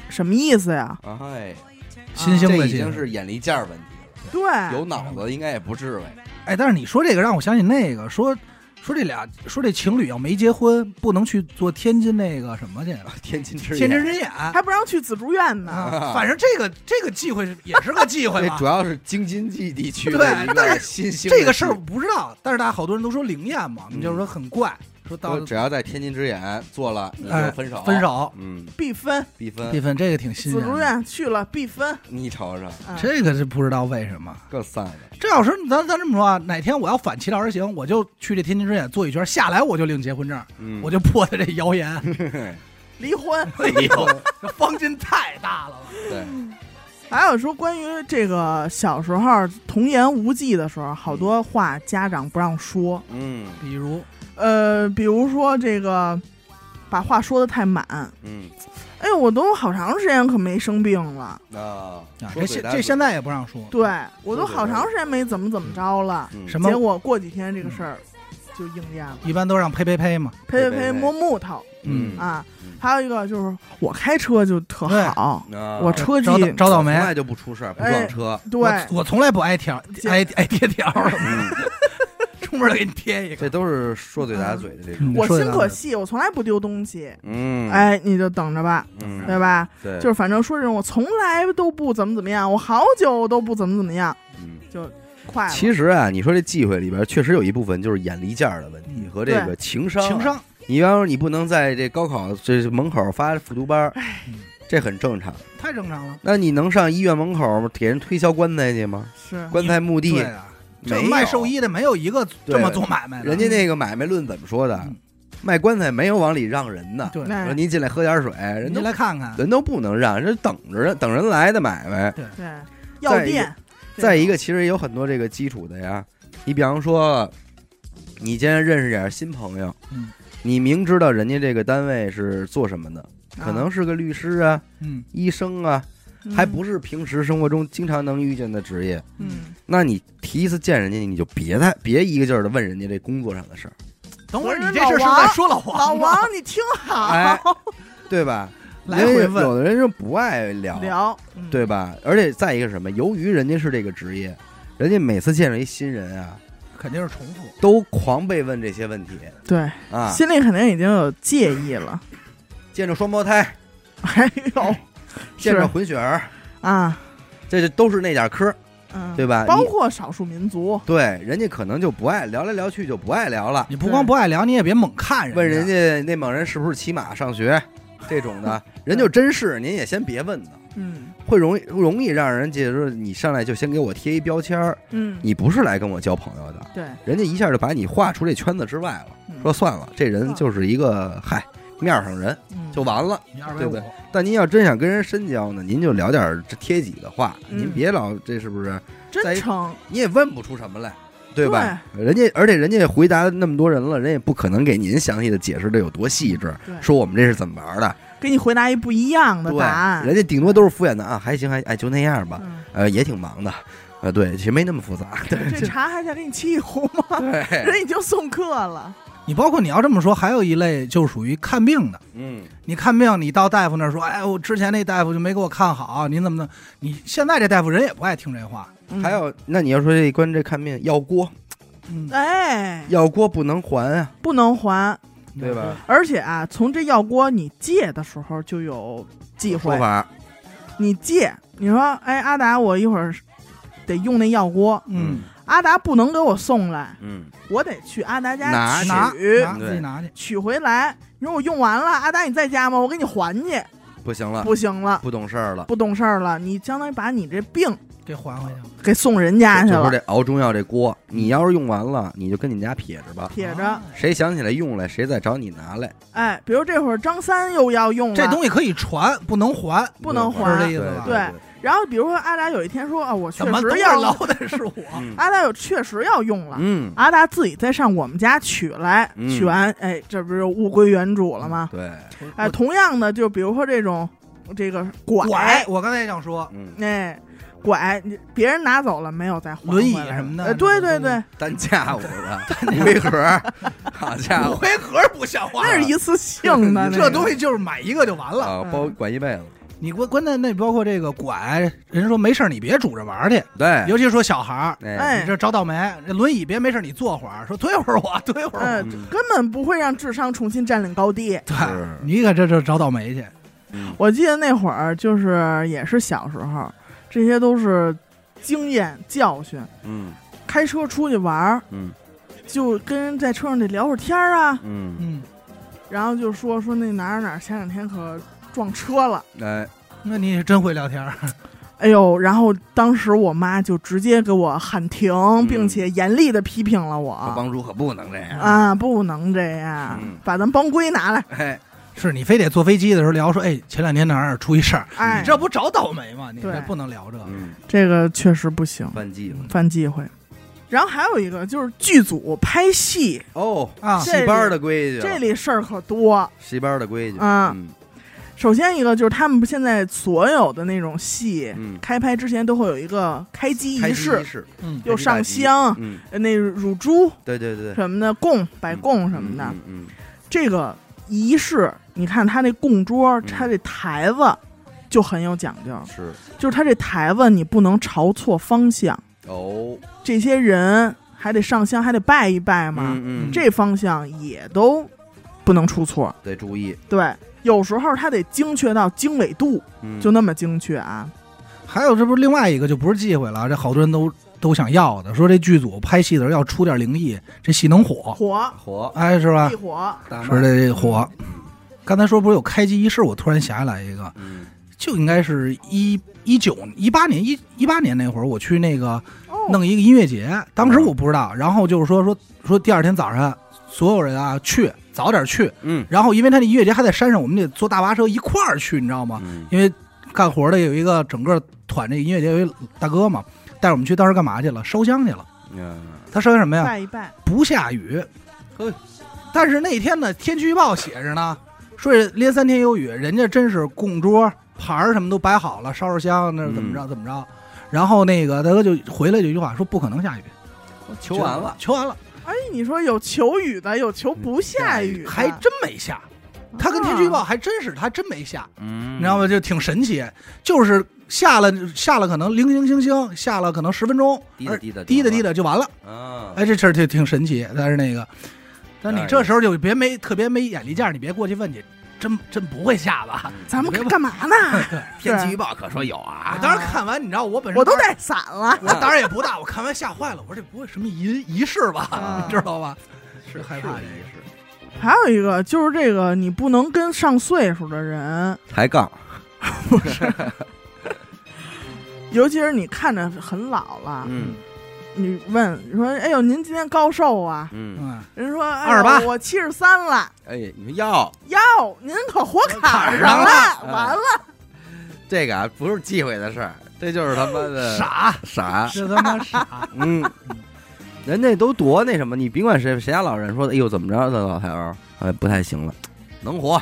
[SPEAKER 3] 什么意思呀？
[SPEAKER 1] 哎，
[SPEAKER 2] 新兴
[SPEAKER 1] 这
[SPEAKER 2] 的
[SPEAKER 1] 已
[SPEAKER 2] 记
[SPEAKER 1] 经
[SPEAKER 2] 得
[SPEAKER 1] 是眼力见儿问题了，有
[SPEAKER 3] 对，
[SPEAKER 1] 脑子应该也不至于，
[SPEAKER 2] 哎，但是你说这个让我想起那个说。说这俩说这情侣要没结婚，不能去做天津那个什么去，
[SPEAKER 1] 天津之
[SPEAKER 2] 天津
[SPEAKER 1] 眼
[SPEAKER 2] 之眼啊，
[SPEAKER 3] 还不让去紫竹院呢。
[SPEAKER 2] 反正这个这个忌讳是也是个忌讳
[SPEAKER 1] 这
[SPEAKER 2] 吧
[SPEAKER 1] 主。要是京津冀地区
[SPEAKER 2] 对
[SPEAKER 1] 的一
[SPEAKER 2] 但
[SPEAKER 1] 个新兴的
[SPEAKER 2] 这个事儿我
[SPEAKER 1] 地
[SPEAKER 2] 不知道，但是大家好多人都说灵验嘛，
[SPEAKER 1] 嗯
[SPEAKER 2] 就是说很怪，说到
[SPEAKER 1] 说只要在天津之眼做了，你就
[SPEAKER 2] 哎
[SPEAKER 1] 分手，
[SPEAKER 2] 分，手
[SPEAKER 1] 嗯，
[SPEAKER 3] 必分，
[SPEAKER 1] 必分
[SPEAKER 2] 这。份这个挺新
[SPEAKER 3] 紫
[SPEAKER 2] 鲜
[SPEAKER 3] 竹
[SPEAKER 2] 的，
[SPEAKER 3] 院去了必分。
[SPEAKER 1] 你瞅瞅，
[SPEAKER 3] 嗯
[SPEAKER 2] 这个是不知道为什么。
[SPEAKER 1] 更丧了。
[SPEAKER 2] 这要是咱咱这么说啊，哪天我要反其道而行，我就去这天津之眼做一圈，下来我就领结婚证，
[SPEAKER 1] 嗯，
[SPEAKER 2] 我就破他这 谣言。
[SPEAKER 3] 离婚。
[SPEAKER 2] 哎呦，这方劲太大了吧！
[SPEAKER 1] 对，
[SPEAKER 3] 还有说关于这个小时候童言无忌的时候，好多话家长不让说，
[SPEAKER 1] 嗯
[SPEAKER 2] 比如
[SPEAKER 3] 呃，比如说这个把话说的太满，
[SPEAKER 1] 嗯
[SPEAKER 3] 哎呦，我都好长时间可没生病了，
[SPEAKER 1] 啊
[SPEAKER 2] 啊，，
[SPEAKER 1] 说嘴
[SPEAKER 2] 这现
[SPEAKER 1] 大
[SPEAKER 2] 这
[SPEAKER 1] 嘴
[SPEAKER 2] 现在也不让说，
[SPEAKER 3] 对我都好长时间没怎么怎么着了，
[SPEAKER 1] 嗯
[SPEAKER 2] 什么
[SPEAKER 3] 结果过几天这个事儿就应验了，
[SPEAKER 2] 一般都让呸呸呸嘛。
[SPEAKER 3] 呸
[SPEAKER 1] 呸
[SPEAKER 3] 呸
[SPEAKER 1] 呸
[SPEAKER 3] 呸摸木头
[SPEAKER 1] 嗯
[SPEAKER 3] 啊
[SPEAKER 1] 嗯！
[SPEAKER 3] 还有一个就是我开车就特好，
[SPEAKER 1] 啊
[SPEAKER 3] 我车技
[SPEAKER 2] 找哎倒找倒
[SPEAKER 1] 从
[SPEAKER 2] 霉，
[SPEAKER 1] 来就不出事儿，不撞车。
[SPEAKER 3] 对
[SPEAKER 2] 我我从来不挨条
[SPEAKER 3] 这
[SPEAKER 2] 挨挨贴条什么
[SPEAKER 1] 嗯，
[SPEAKER 2] 的，出门都给你贴一
[SPEAKER 1] 这
[SPEAKER 2] 个。
[SPEAKER 1] 都是说嘴打嘴的这种。
[SPEAKER 2] 嗯
[SPEAKER 3] 我
[SPEAKER 2] 说得
[SPEAKER 3] 心
[SPEAKER 2] 到
[SPEAKER 3] 可
[SPEAKER 2] 这儿
[SPEAKER 3] 细，我从来不丢东西，
[SPEAKER 1] 嗯，，
[SPEAKER 3] 哎，你就等着吧，
[SPEAKER 1] 嗯，
[SPEAKER 2] 呃
[SPEAKER 3] 对吧？
[SPEAKER 1] 对，
[SPEAKER 3] 就是反正说这种我从来都不怎么怎么样，我好久都不怎么怎么样，
[SPEAKER 1] 嗯
[SPEAKER 3] 就
[SPEAKER 2] 哎
[SPEAKER 3] 快了。
[SPEAKER 1] 其实啊，你说这忌讳里边确实有一部分就是眼力见儿的问题
[SPEAKER 2] 嗯
[SPEAKER 1] 和这个情商啊。
[SPEAKER 2] 情商，
[SPEAKER 1] 你比方说，你不能在这高考这门口发复读班儿，
[SPEAKER 2] 哎
[SPEAKER 1] 这很正常。
[SPEAKER 2] 太正常了。
[SPEAKER 1] 那你能上医院门口给人推销棺材去吗？
[SPEAKER 3] 是
[SPEAKER 1] 棺材墓地
[SPEAKER 2] 对啊，这
[SPEAKER 1] 没有
[SPEAKER 2] 卖寿。衣的没有一个这么做买卖的。
[SPEAKER 1] 人家那个买卖论怎么说的
[SPEAKER 2] 嗯？
[SPEAKER 1] 卖棺材没有往里让人的，
[SPEAKER 2] 对，
[SPEAKER 3] 那
[SPEAKER 1] 说您进来喝点水，人
[SPEAKER 2] 人
[SPEAKER 1] 都
[SPEAKER 2] 家来看看。
[SPEAKER 1] 人都不能让，人等着人等人来的买卖。
[SPEAKER 3] 对药店，这
[SPEAKER 1] 再一个，其实也有很多这个基础的呀。你比方说，你今天认识点儿新朋友，
[SPEAKER 2] 嗯
[SPEAKER 1] 你明知道人家这个单位是做什么的，
[SPEAKER 3] 啊
[SPEAKER 1] 可能是个律师啊、
[SPEAKER 2] 嗯，
[SPEAKER 1] 医生啊，
[SPEAKER 3] 嗯
[SPEAKER 1] 还不是平时生活中经常能遇见的职业。
[SPEAKER 3] 嗯，
[SPEAKER 1] 那你第一次见人家，你就别再别一个劲儿的问人家这工作上的事儿，
[SPEAKER 2] 等会儿
[SPEAKER 3] 不是
[SPEAKER 2] 你这事儿是在说老王吗
[SPEAKER 3] 老王，你 听好，
[SPEAKER 1] 哎对吧？
[SPEAKER 2] 来回
[SPEAKER 1] 因为
[SPEAKER 2] 问，
[SPEAKER 1] 有的人就不爱聊，
[SPEAKER 3] 聊，嗯
[SPEAKER 1] 对吧？而且再一个什么，由于人家是这个职业，人家每次见着一新人啊，
[SPEAKER 2] 肯定是重复。
[SPEAKER 1] 都狂被问这些问题
[SPEAKER 3] 对，
[SPEAKER 1] 啊。
[SPEAKER 3] 心里肯定已经有介意了。
[SPEAKER 1] 见着双胞胎，
[SPEAKER 3] 还有啊
[SPEAKER 1] 见着
[SPEAKER 3] 是
[SPEAKER 1] 混血儿，
[SPEAKER 3] 啊，
[SPEAKER 1] 这就都是那点儿科儿，
[SPEAKER 3] 嗯，
[SPEAKER 1] 对吧？
[SPEAKER 3] 包
[SPEAKER 1] 你
[SPEAKER 3] 括少数民族，
[SPEAKER 1] 对人家可能就不爱聊来聊去就不爱聊了。
[SPEAKER 2] 嗯你不光不爱聊，你也别猛看人家。
[SPEAKER 1] 问人家内蒙人是不是骑马上学？这种的，人就真是您也先别问他，
[SPEAKER 3] 嗯
[SPEAKER 1] 会容易容易让人记得说你上来就先给我贴一标签儿，
[SPEAKER 3] 嗯，
[SPEAKER 1] 你不是来跟我交朋友的，
[SPEAKER 3] 对，
[SPEAKER 1] 人家一下就把你划出这圈子之外了，
[SPEAKER 3] 嗯
[SPEAKER 1] 说算了，这人就是一个嗨面上人
[SPEAKER 3] 嗯
[SPEAKER 1] 就完了。
[SPEAKER 2] 你二百
[SPEAKER 1] 对不
[SPEAKER 2] 五
[SPEAKER 1] 对，但您要真想跟人深交呢，您就聊点儿这贴己的话，
[SPEAKER 3] 嗯
[SPEAKER 1] 您别老这是不是？
[SPEAKER 3] 真诚，
[SPEAKER 1] 你也问不出什么来，对吧？人家而且人家也回答那么多人了，人也不可能给您详细的解释的有多细致，
[SPEAKER 3] 对
[SPEAKER 1] 说我们这是怎么玩的，
[SPEAKER 3] 给你回答一不一样的
[SPEAKER 1] 对
[SPEAKER 3] 答，案。
[SPEAKER 1] 人家顶多都是敷衍的啊，还行还哎就那样吧，
[SPEAKER 3] 嗯
[SPEAKER 1] 呃也挺忙的，呃对，其实没那么复 杂，对
[SPEAKER 3] 这茶还得给你沏一壶吗？
[SPEAKER 1] 对，
[SPEAKER 3] 人已经送客了，
[SPEAKER 2] 你包括你要这么说，还有一类就是属于看病的。
[SPEAKER 1] 嗯，
[SPEAKER 2] 你看病，你到大夫那儿说，哎，我之前那大夫就没给我看好，您怎么弄？你现在这大夫人也不爱听这话。
[SPEAKER 3] 嗯
[SPEAKER 1] 还有那你要说这关于这看病药锅，
[SPEAKER 2] 嗯，
[SPEAKER 3] 哎，
[SPEAKER 1] 药锅不能还啊，
[SPEAKER 3] 不能还，
[SPEAKER 1] 对吧？
[SPEAKER 3] 而且啊，从这药锅你借的时候就有忌
[SPEAKER 1] 说
[SPEAKER 3] 讳，
[SPEAKER 1] 法，
[SPEAKER 3] 你借，你说，哎，阿达，我一会儿得用那药锅，
[SPEAKER 2] 嗯？
[SPEAKER 3] 阿达不能给我送来，
[SPEAKER 1] 嗯，
[SPEAKER 3] 我得去阿达家
[SPEAKER 1] 拿
[SPEAKER 2] 嗯，
[SPEAKER 1] 去
[SPEAKER 3] 取
[SPEAKER 2] 拿拿
[SPEAKER 1] 对
[SPEAKER 2] 自己拿去。
[SPEAKER 3] 取回来。你说我用完了，阿达你在家吗？我给你还去，
[SPEAKER 1] 不行了，
[SPEAKER 3] 不行了，
[SPEAKER 1] 不懂事儿了。
[SPEAKER 3] 不懂事儿了，你相当于把你这病
[SPEAKER 2] 给还回去。
[SPEAKER 3] 给送人家去
[SPEAKER 1] 就
[SPEAKER 3] 了嗯
[SPEAKER 1] 是，这熬中药这锅，你要是用完了，你就跟你家撇着吧。
[SPEAKER 3] 撇着
[SPEAKER 2] 啊。，
[SPEAKER 1] 谁想起来用来，谁再找你拿来。
[SPEAKER 3] 哎，比如这会儿张三又要用了，
[SPEAKER 2] 这东西可以传，不能还。
[SPEAKER 3] 不能
[SPEAKER 1] 对
[SPEAKER 2] 还是这
[SPEAKER 1] 对
[SPEAKER 2] 意思吧
[SPEAKER 1] 对，
[SPEAKER 3] 然后比如说阿达有一天说啊，我确
[SPEAKER 2] 怎么都
[SPEAKER 3] 实
[SPEAKER 2] 是
[SPEAKER 3] 要
[SPEAKER 2] 老的是我？
[SPEAKER 1] 嗯
[SPEAKER 3] 阿达有确实要用了，
[SPEAKER 1] 嗯，
[SPEAKER 3] 阿达自己再上我们家取来，
[SPEAKER 1] 嗯
[SPEAKER 3] 取完哎，这不是物归原主了
[SPEAKER 2] 嗯
[SPEAKER 3] 吗？
[SPEAKER 1] 对，
[SPEAKER 3] 哎，同样的，就比如说这种这个
[SPEAKER 2] 我
[SPEAKER 3] 拐，
[SPEAKER 2] 拐，我刚才也想说
[SPEAKER 1] 嗯，
[SPEAKER 3] 哎，拐，你别人拿走了没有再还
[SPEAKER 2] 轮椅
[SPEAKER 3] 回来
[SPEAKER 2] 什么的
[SPEAKER 3] 哎，对对对，
[SPEAKER 1] 单价我 的回盒， 好家 伙，
[SPEAKER 2] 回盒不像话
[SPEAKER 3] 那是一 次性的，
[SPEAKER 2] 啊这东西就是买一个就完了。
[SPEAKER 1] 啊，
[SPEAKER 3] 嗯
[SPEAKER 1] 包管一辈子。西
[SPEAKER 2] 你关关键那包括这个拐，人说没事儿你别拄着玩儿去，
[SPEAKER 1] 对，
[SPEAKER 2] 尤其说小孩儿，
[SPEAKER 1] 哎，
[SPEAKER 3] 哎
[SPEAKER 2] 你这找倒霉，这轮椅别没事儿你坐会儿，说推会儿我， 推会儿
[SPEAKER 3] 哎
[SPEAKER 2] 我。
[SPEAKER 1] 嗯
[SPEAKER 3] 这根本不会让智商重新占领高地。
[SPEAKER 2] 对
[SPEAKER 1] 是，
[SPEAKER 2] 你可这这找倒霉去。
[SPEAKER 1] 嗯
[SPEAKER 3] 我记得那会儿就是也是小时候，这些都是经验教训。
[SPEAKER 1] 嗯
[SPEAKER 3] 开车出去玩儿，
[SPEAKER 1] 嗯
[SPEAKER 3] 就跟人在车上得聊会儿天儿啊，
[SPEAKER 1] 嗯，
[SPEAKER 2] 嗯，
[SPEAKER 3] 然后就说说那哪儿哪儿前两天可撞车了，
[SPEAKER 1] 哎，
[SPEAKER 2] 那你是真会聊天儿。
[SPEAKER 3] 哎呦！然后当时我妈就直接给我喊停，并且严厉的批评了
[SPEAKER 1] 这
[SPEAKER 3] 我。
[SPEAKER 1] 啊帮主可不能这样。
[SPEAKER 3] 啊，不能这样，
[SPEAKER 1] 嗯
[SPEAKER 3] 把咱帮规拿来！
[SPEAKER 1] 哎，
[SPEAKER 2] 是你非得坐飞机的时候聊说，哎，前两天哪儿哪儿出一事儿，
[SPEAKER 3] 哎，
[SPEAKER 2] 这不找倒霉吗？你
[SPEAKER 3] 对
[SPEAKER 2] 这不能聊这个。
[SPEAKER 1] 嗯，
[SPEAKER 3] 这个确实不行，
[SPEAKER 1] 犯忌了。
[SPEAKER 3] 犯忌讳。然后还有一个就是剧组拍戏，
[SPEAKER 1] 哦，
[SPEAKER 2] 啊
[SPEAKER 1] 戏班的规矩，
[SPEAKER 3] 这里事儿可多。
[SPEAKER 1] 戏班的规矩。
[SPEAKER 3] 啊
[SPEAKER 1] 嗯
[SPEAKER 3] 首先一个就是他们现在所有的那种戏，
[SPEAKER 1] 嗯，
[SPEAKER 3] 开拍之前都会有一个开机
[SPEAKER 1] 开
[SPEAKER 3] 仪
[SPEAKER 1] 机
[SPEAKER 3] 式
[SPEAKER 1] 仪，式，
[SPEAKER 2] 嗯，
[SPEAKER 3] 又上香，
[SPEAKER 1] 嗯，
[SPEAKER 3] 呃那乳猪
[SPEAKER 1] 对对对，
[SPEAKER 3] 什么的供摆供什么的，
[SPEAKER 1] 嗯嗯，
[SPEAKER 3] 这个仪式，你看他那供桌，
[SPEAKER 1] 嗯
[SPEAKER 3] 他这台子就很有讲究，
[SPEAKER 1] 嗯是
[SPEAKER 3] 就是他这台子你不能朝错方向，
[SPEAKER 1] 哦，
[SPEAKER 3] 这些人还得上香，还得拜一拜嘛，
[SPEAKER 1] 嗯嗯，
[SPEAKER 3] 这方向也都不能出错。
[SPEAKER 1] 得注意，
[SPEAKER 3] 对，有时候他得精确到经纬度，
[SPEAKER 1] 嗯
[SPEAKER 3] 就那么精确啊。
[SPEAKER 2] 还有，这不是另外一个就不是忌讳了，这好多人都都想要的，说这剧组拍戏的时候要出点灵异，这戏能火，
[SPEAKER 3] 火
[SPEAKER 1] 火
[SPEAKER 2] 哎，是吧
[SPEAKER 3] 地？火，
[SPEAKER 1] 大
[SPEAKER 2] 说
[SPEAKER 1] 的，
[SPEAKER 2] 这火。刚才说不是有开机仪式，我突然想起来一个，
[SPEAKER 1] 嗯
[SPEAKER 2] 就应该是一一九一八年一一八年那会儿，我去那个
[SPEAKER 3] 哦，
[SPEAKER 2] 弄一个音乐节，当时我不知道，然后就是说说说第二天早上所有人啊去早点去，
[SPEAKER 1] 嗯
[SPEAKER 2] 然后因为他那音乐节还在山上，我们得坐大巴车一块儿去，你知道吗？
[SPEAKER 1] 嗯
[SPEAKER 2] 因为干活的有一个整个团这个音乐节有一大哥嘛，带着我们去当时干嘛去了？烧香去了。
[SPEAKER 1] 嗯
[SPEAKER 2] 他烧香什么呀？
[SPEAKER 3] 拜一拜，
[SPEAKER 2] 不下雨
[SPEAKER 1] 嘿。
[SPEAKER 2] 但是那天呢，天气预报写着呢，说是连三天有雨，人家真是供桌盘儿什么都摆好了，烧烧香，那怎么
[SPEAKER 1] 嗯
[SPEAKER 2] 着怎么着。然后那个大哥就回来就一句话，说不可能下雨，
[SPEAKER 1] 啊求完了，
[SPEAKER 2] 求完了，
[SPEAKER 3] 哎，你说有求雨的，有求不下雨的，啊
[SPEAKER 2] 还真没下。他跟天气预报还真是，他还真没下。
[SPEAKER 1] 啊嗯
[SPEAKER 2] 你知道吗？？就挺神奇，就是下了下了，可能零零星星下了，可能十分钟，
[SPEAKER 1] 滴
[SPEAKER 2] 而
[SPEAKER 1] 答滴答
[SPEAKER 2] 滴答滴答就完了。
[SPEAKER 1] 啊，
[SPEAKER 2] 哎，这事儿挺挺神奇，但是那个，但你
[SPEAKER 1] 哎
[SPEAKER 2] 这时候就别没特别没眼力见儿，你别过去问去，真真不会下吧？
[SPEAKER 1] 嗯
[SPEAKER 3] 咱们干嘛呢？
[SPEAKER 1] 天气预报可说有啊
[SPEAKER 2] 啊，当时看完，你知道我本身
[SPEAKER 3] 我都
[SPEAKER 2] 胆儿
[SPEAKER 3] 带伞了。
[SPEAKER 2] 我胆儿也不大，我看完吓坏了，我说这不会什么仪仪式吧？
[SPEAKER 3] 啊
[SPEAKER 2] 你知道吧？
[SPEAKER 1] 是
[SPEAKER 2] 害怕
[SPEAKER 1] 是
[SPEAKER 2] 这
[SPEAKER 1] 一
[SPEAKER 2] 个
[SPEAKER 1] 是，
[SPEAKER 3] 还有一个就是这个，你不能跟上岁数的人，
[SPEAKER 1] 抬杠，
[SPEAKER 3] 尤其是你看着很老了，
[SPEAKER 1] 嗯
[SPEAKER 3] 你问你说：“哎呦，您今天高寿啊
[SPEAKER 1] 嗯，
[SPEAKER 2] 嗯，？”
[SPEAKER 3] 人说：“哎呦
[SPEAKER 2] 28
[SPEAKER 3] 我七十三了。
[SPEAKER 1] 哎，你说要
[SPEAKER 3] 哟，您可活
[SPEAKER 2] 坎
[SPEAKER 3] 坎
[SPEAKER 2] 儿
[SPEAKER 3] 上
[SPEAKER 2] 上
[SPEAKER 1] 了
[SPEAKER 3] 完了，
[SPEAKER 1] 这个啊，不是忌讳的事儿，这就是他妈的
[SPEAKER 2] 傻，
[SPEAKER 1] 傻，
[SPEAKER 2] 是他妈傻，
[SPEAKER 1] 嗯，人家都多那什么，你甭管谁谁家老人说，哎呦怎么着的老太儿，哎不太行了，能活，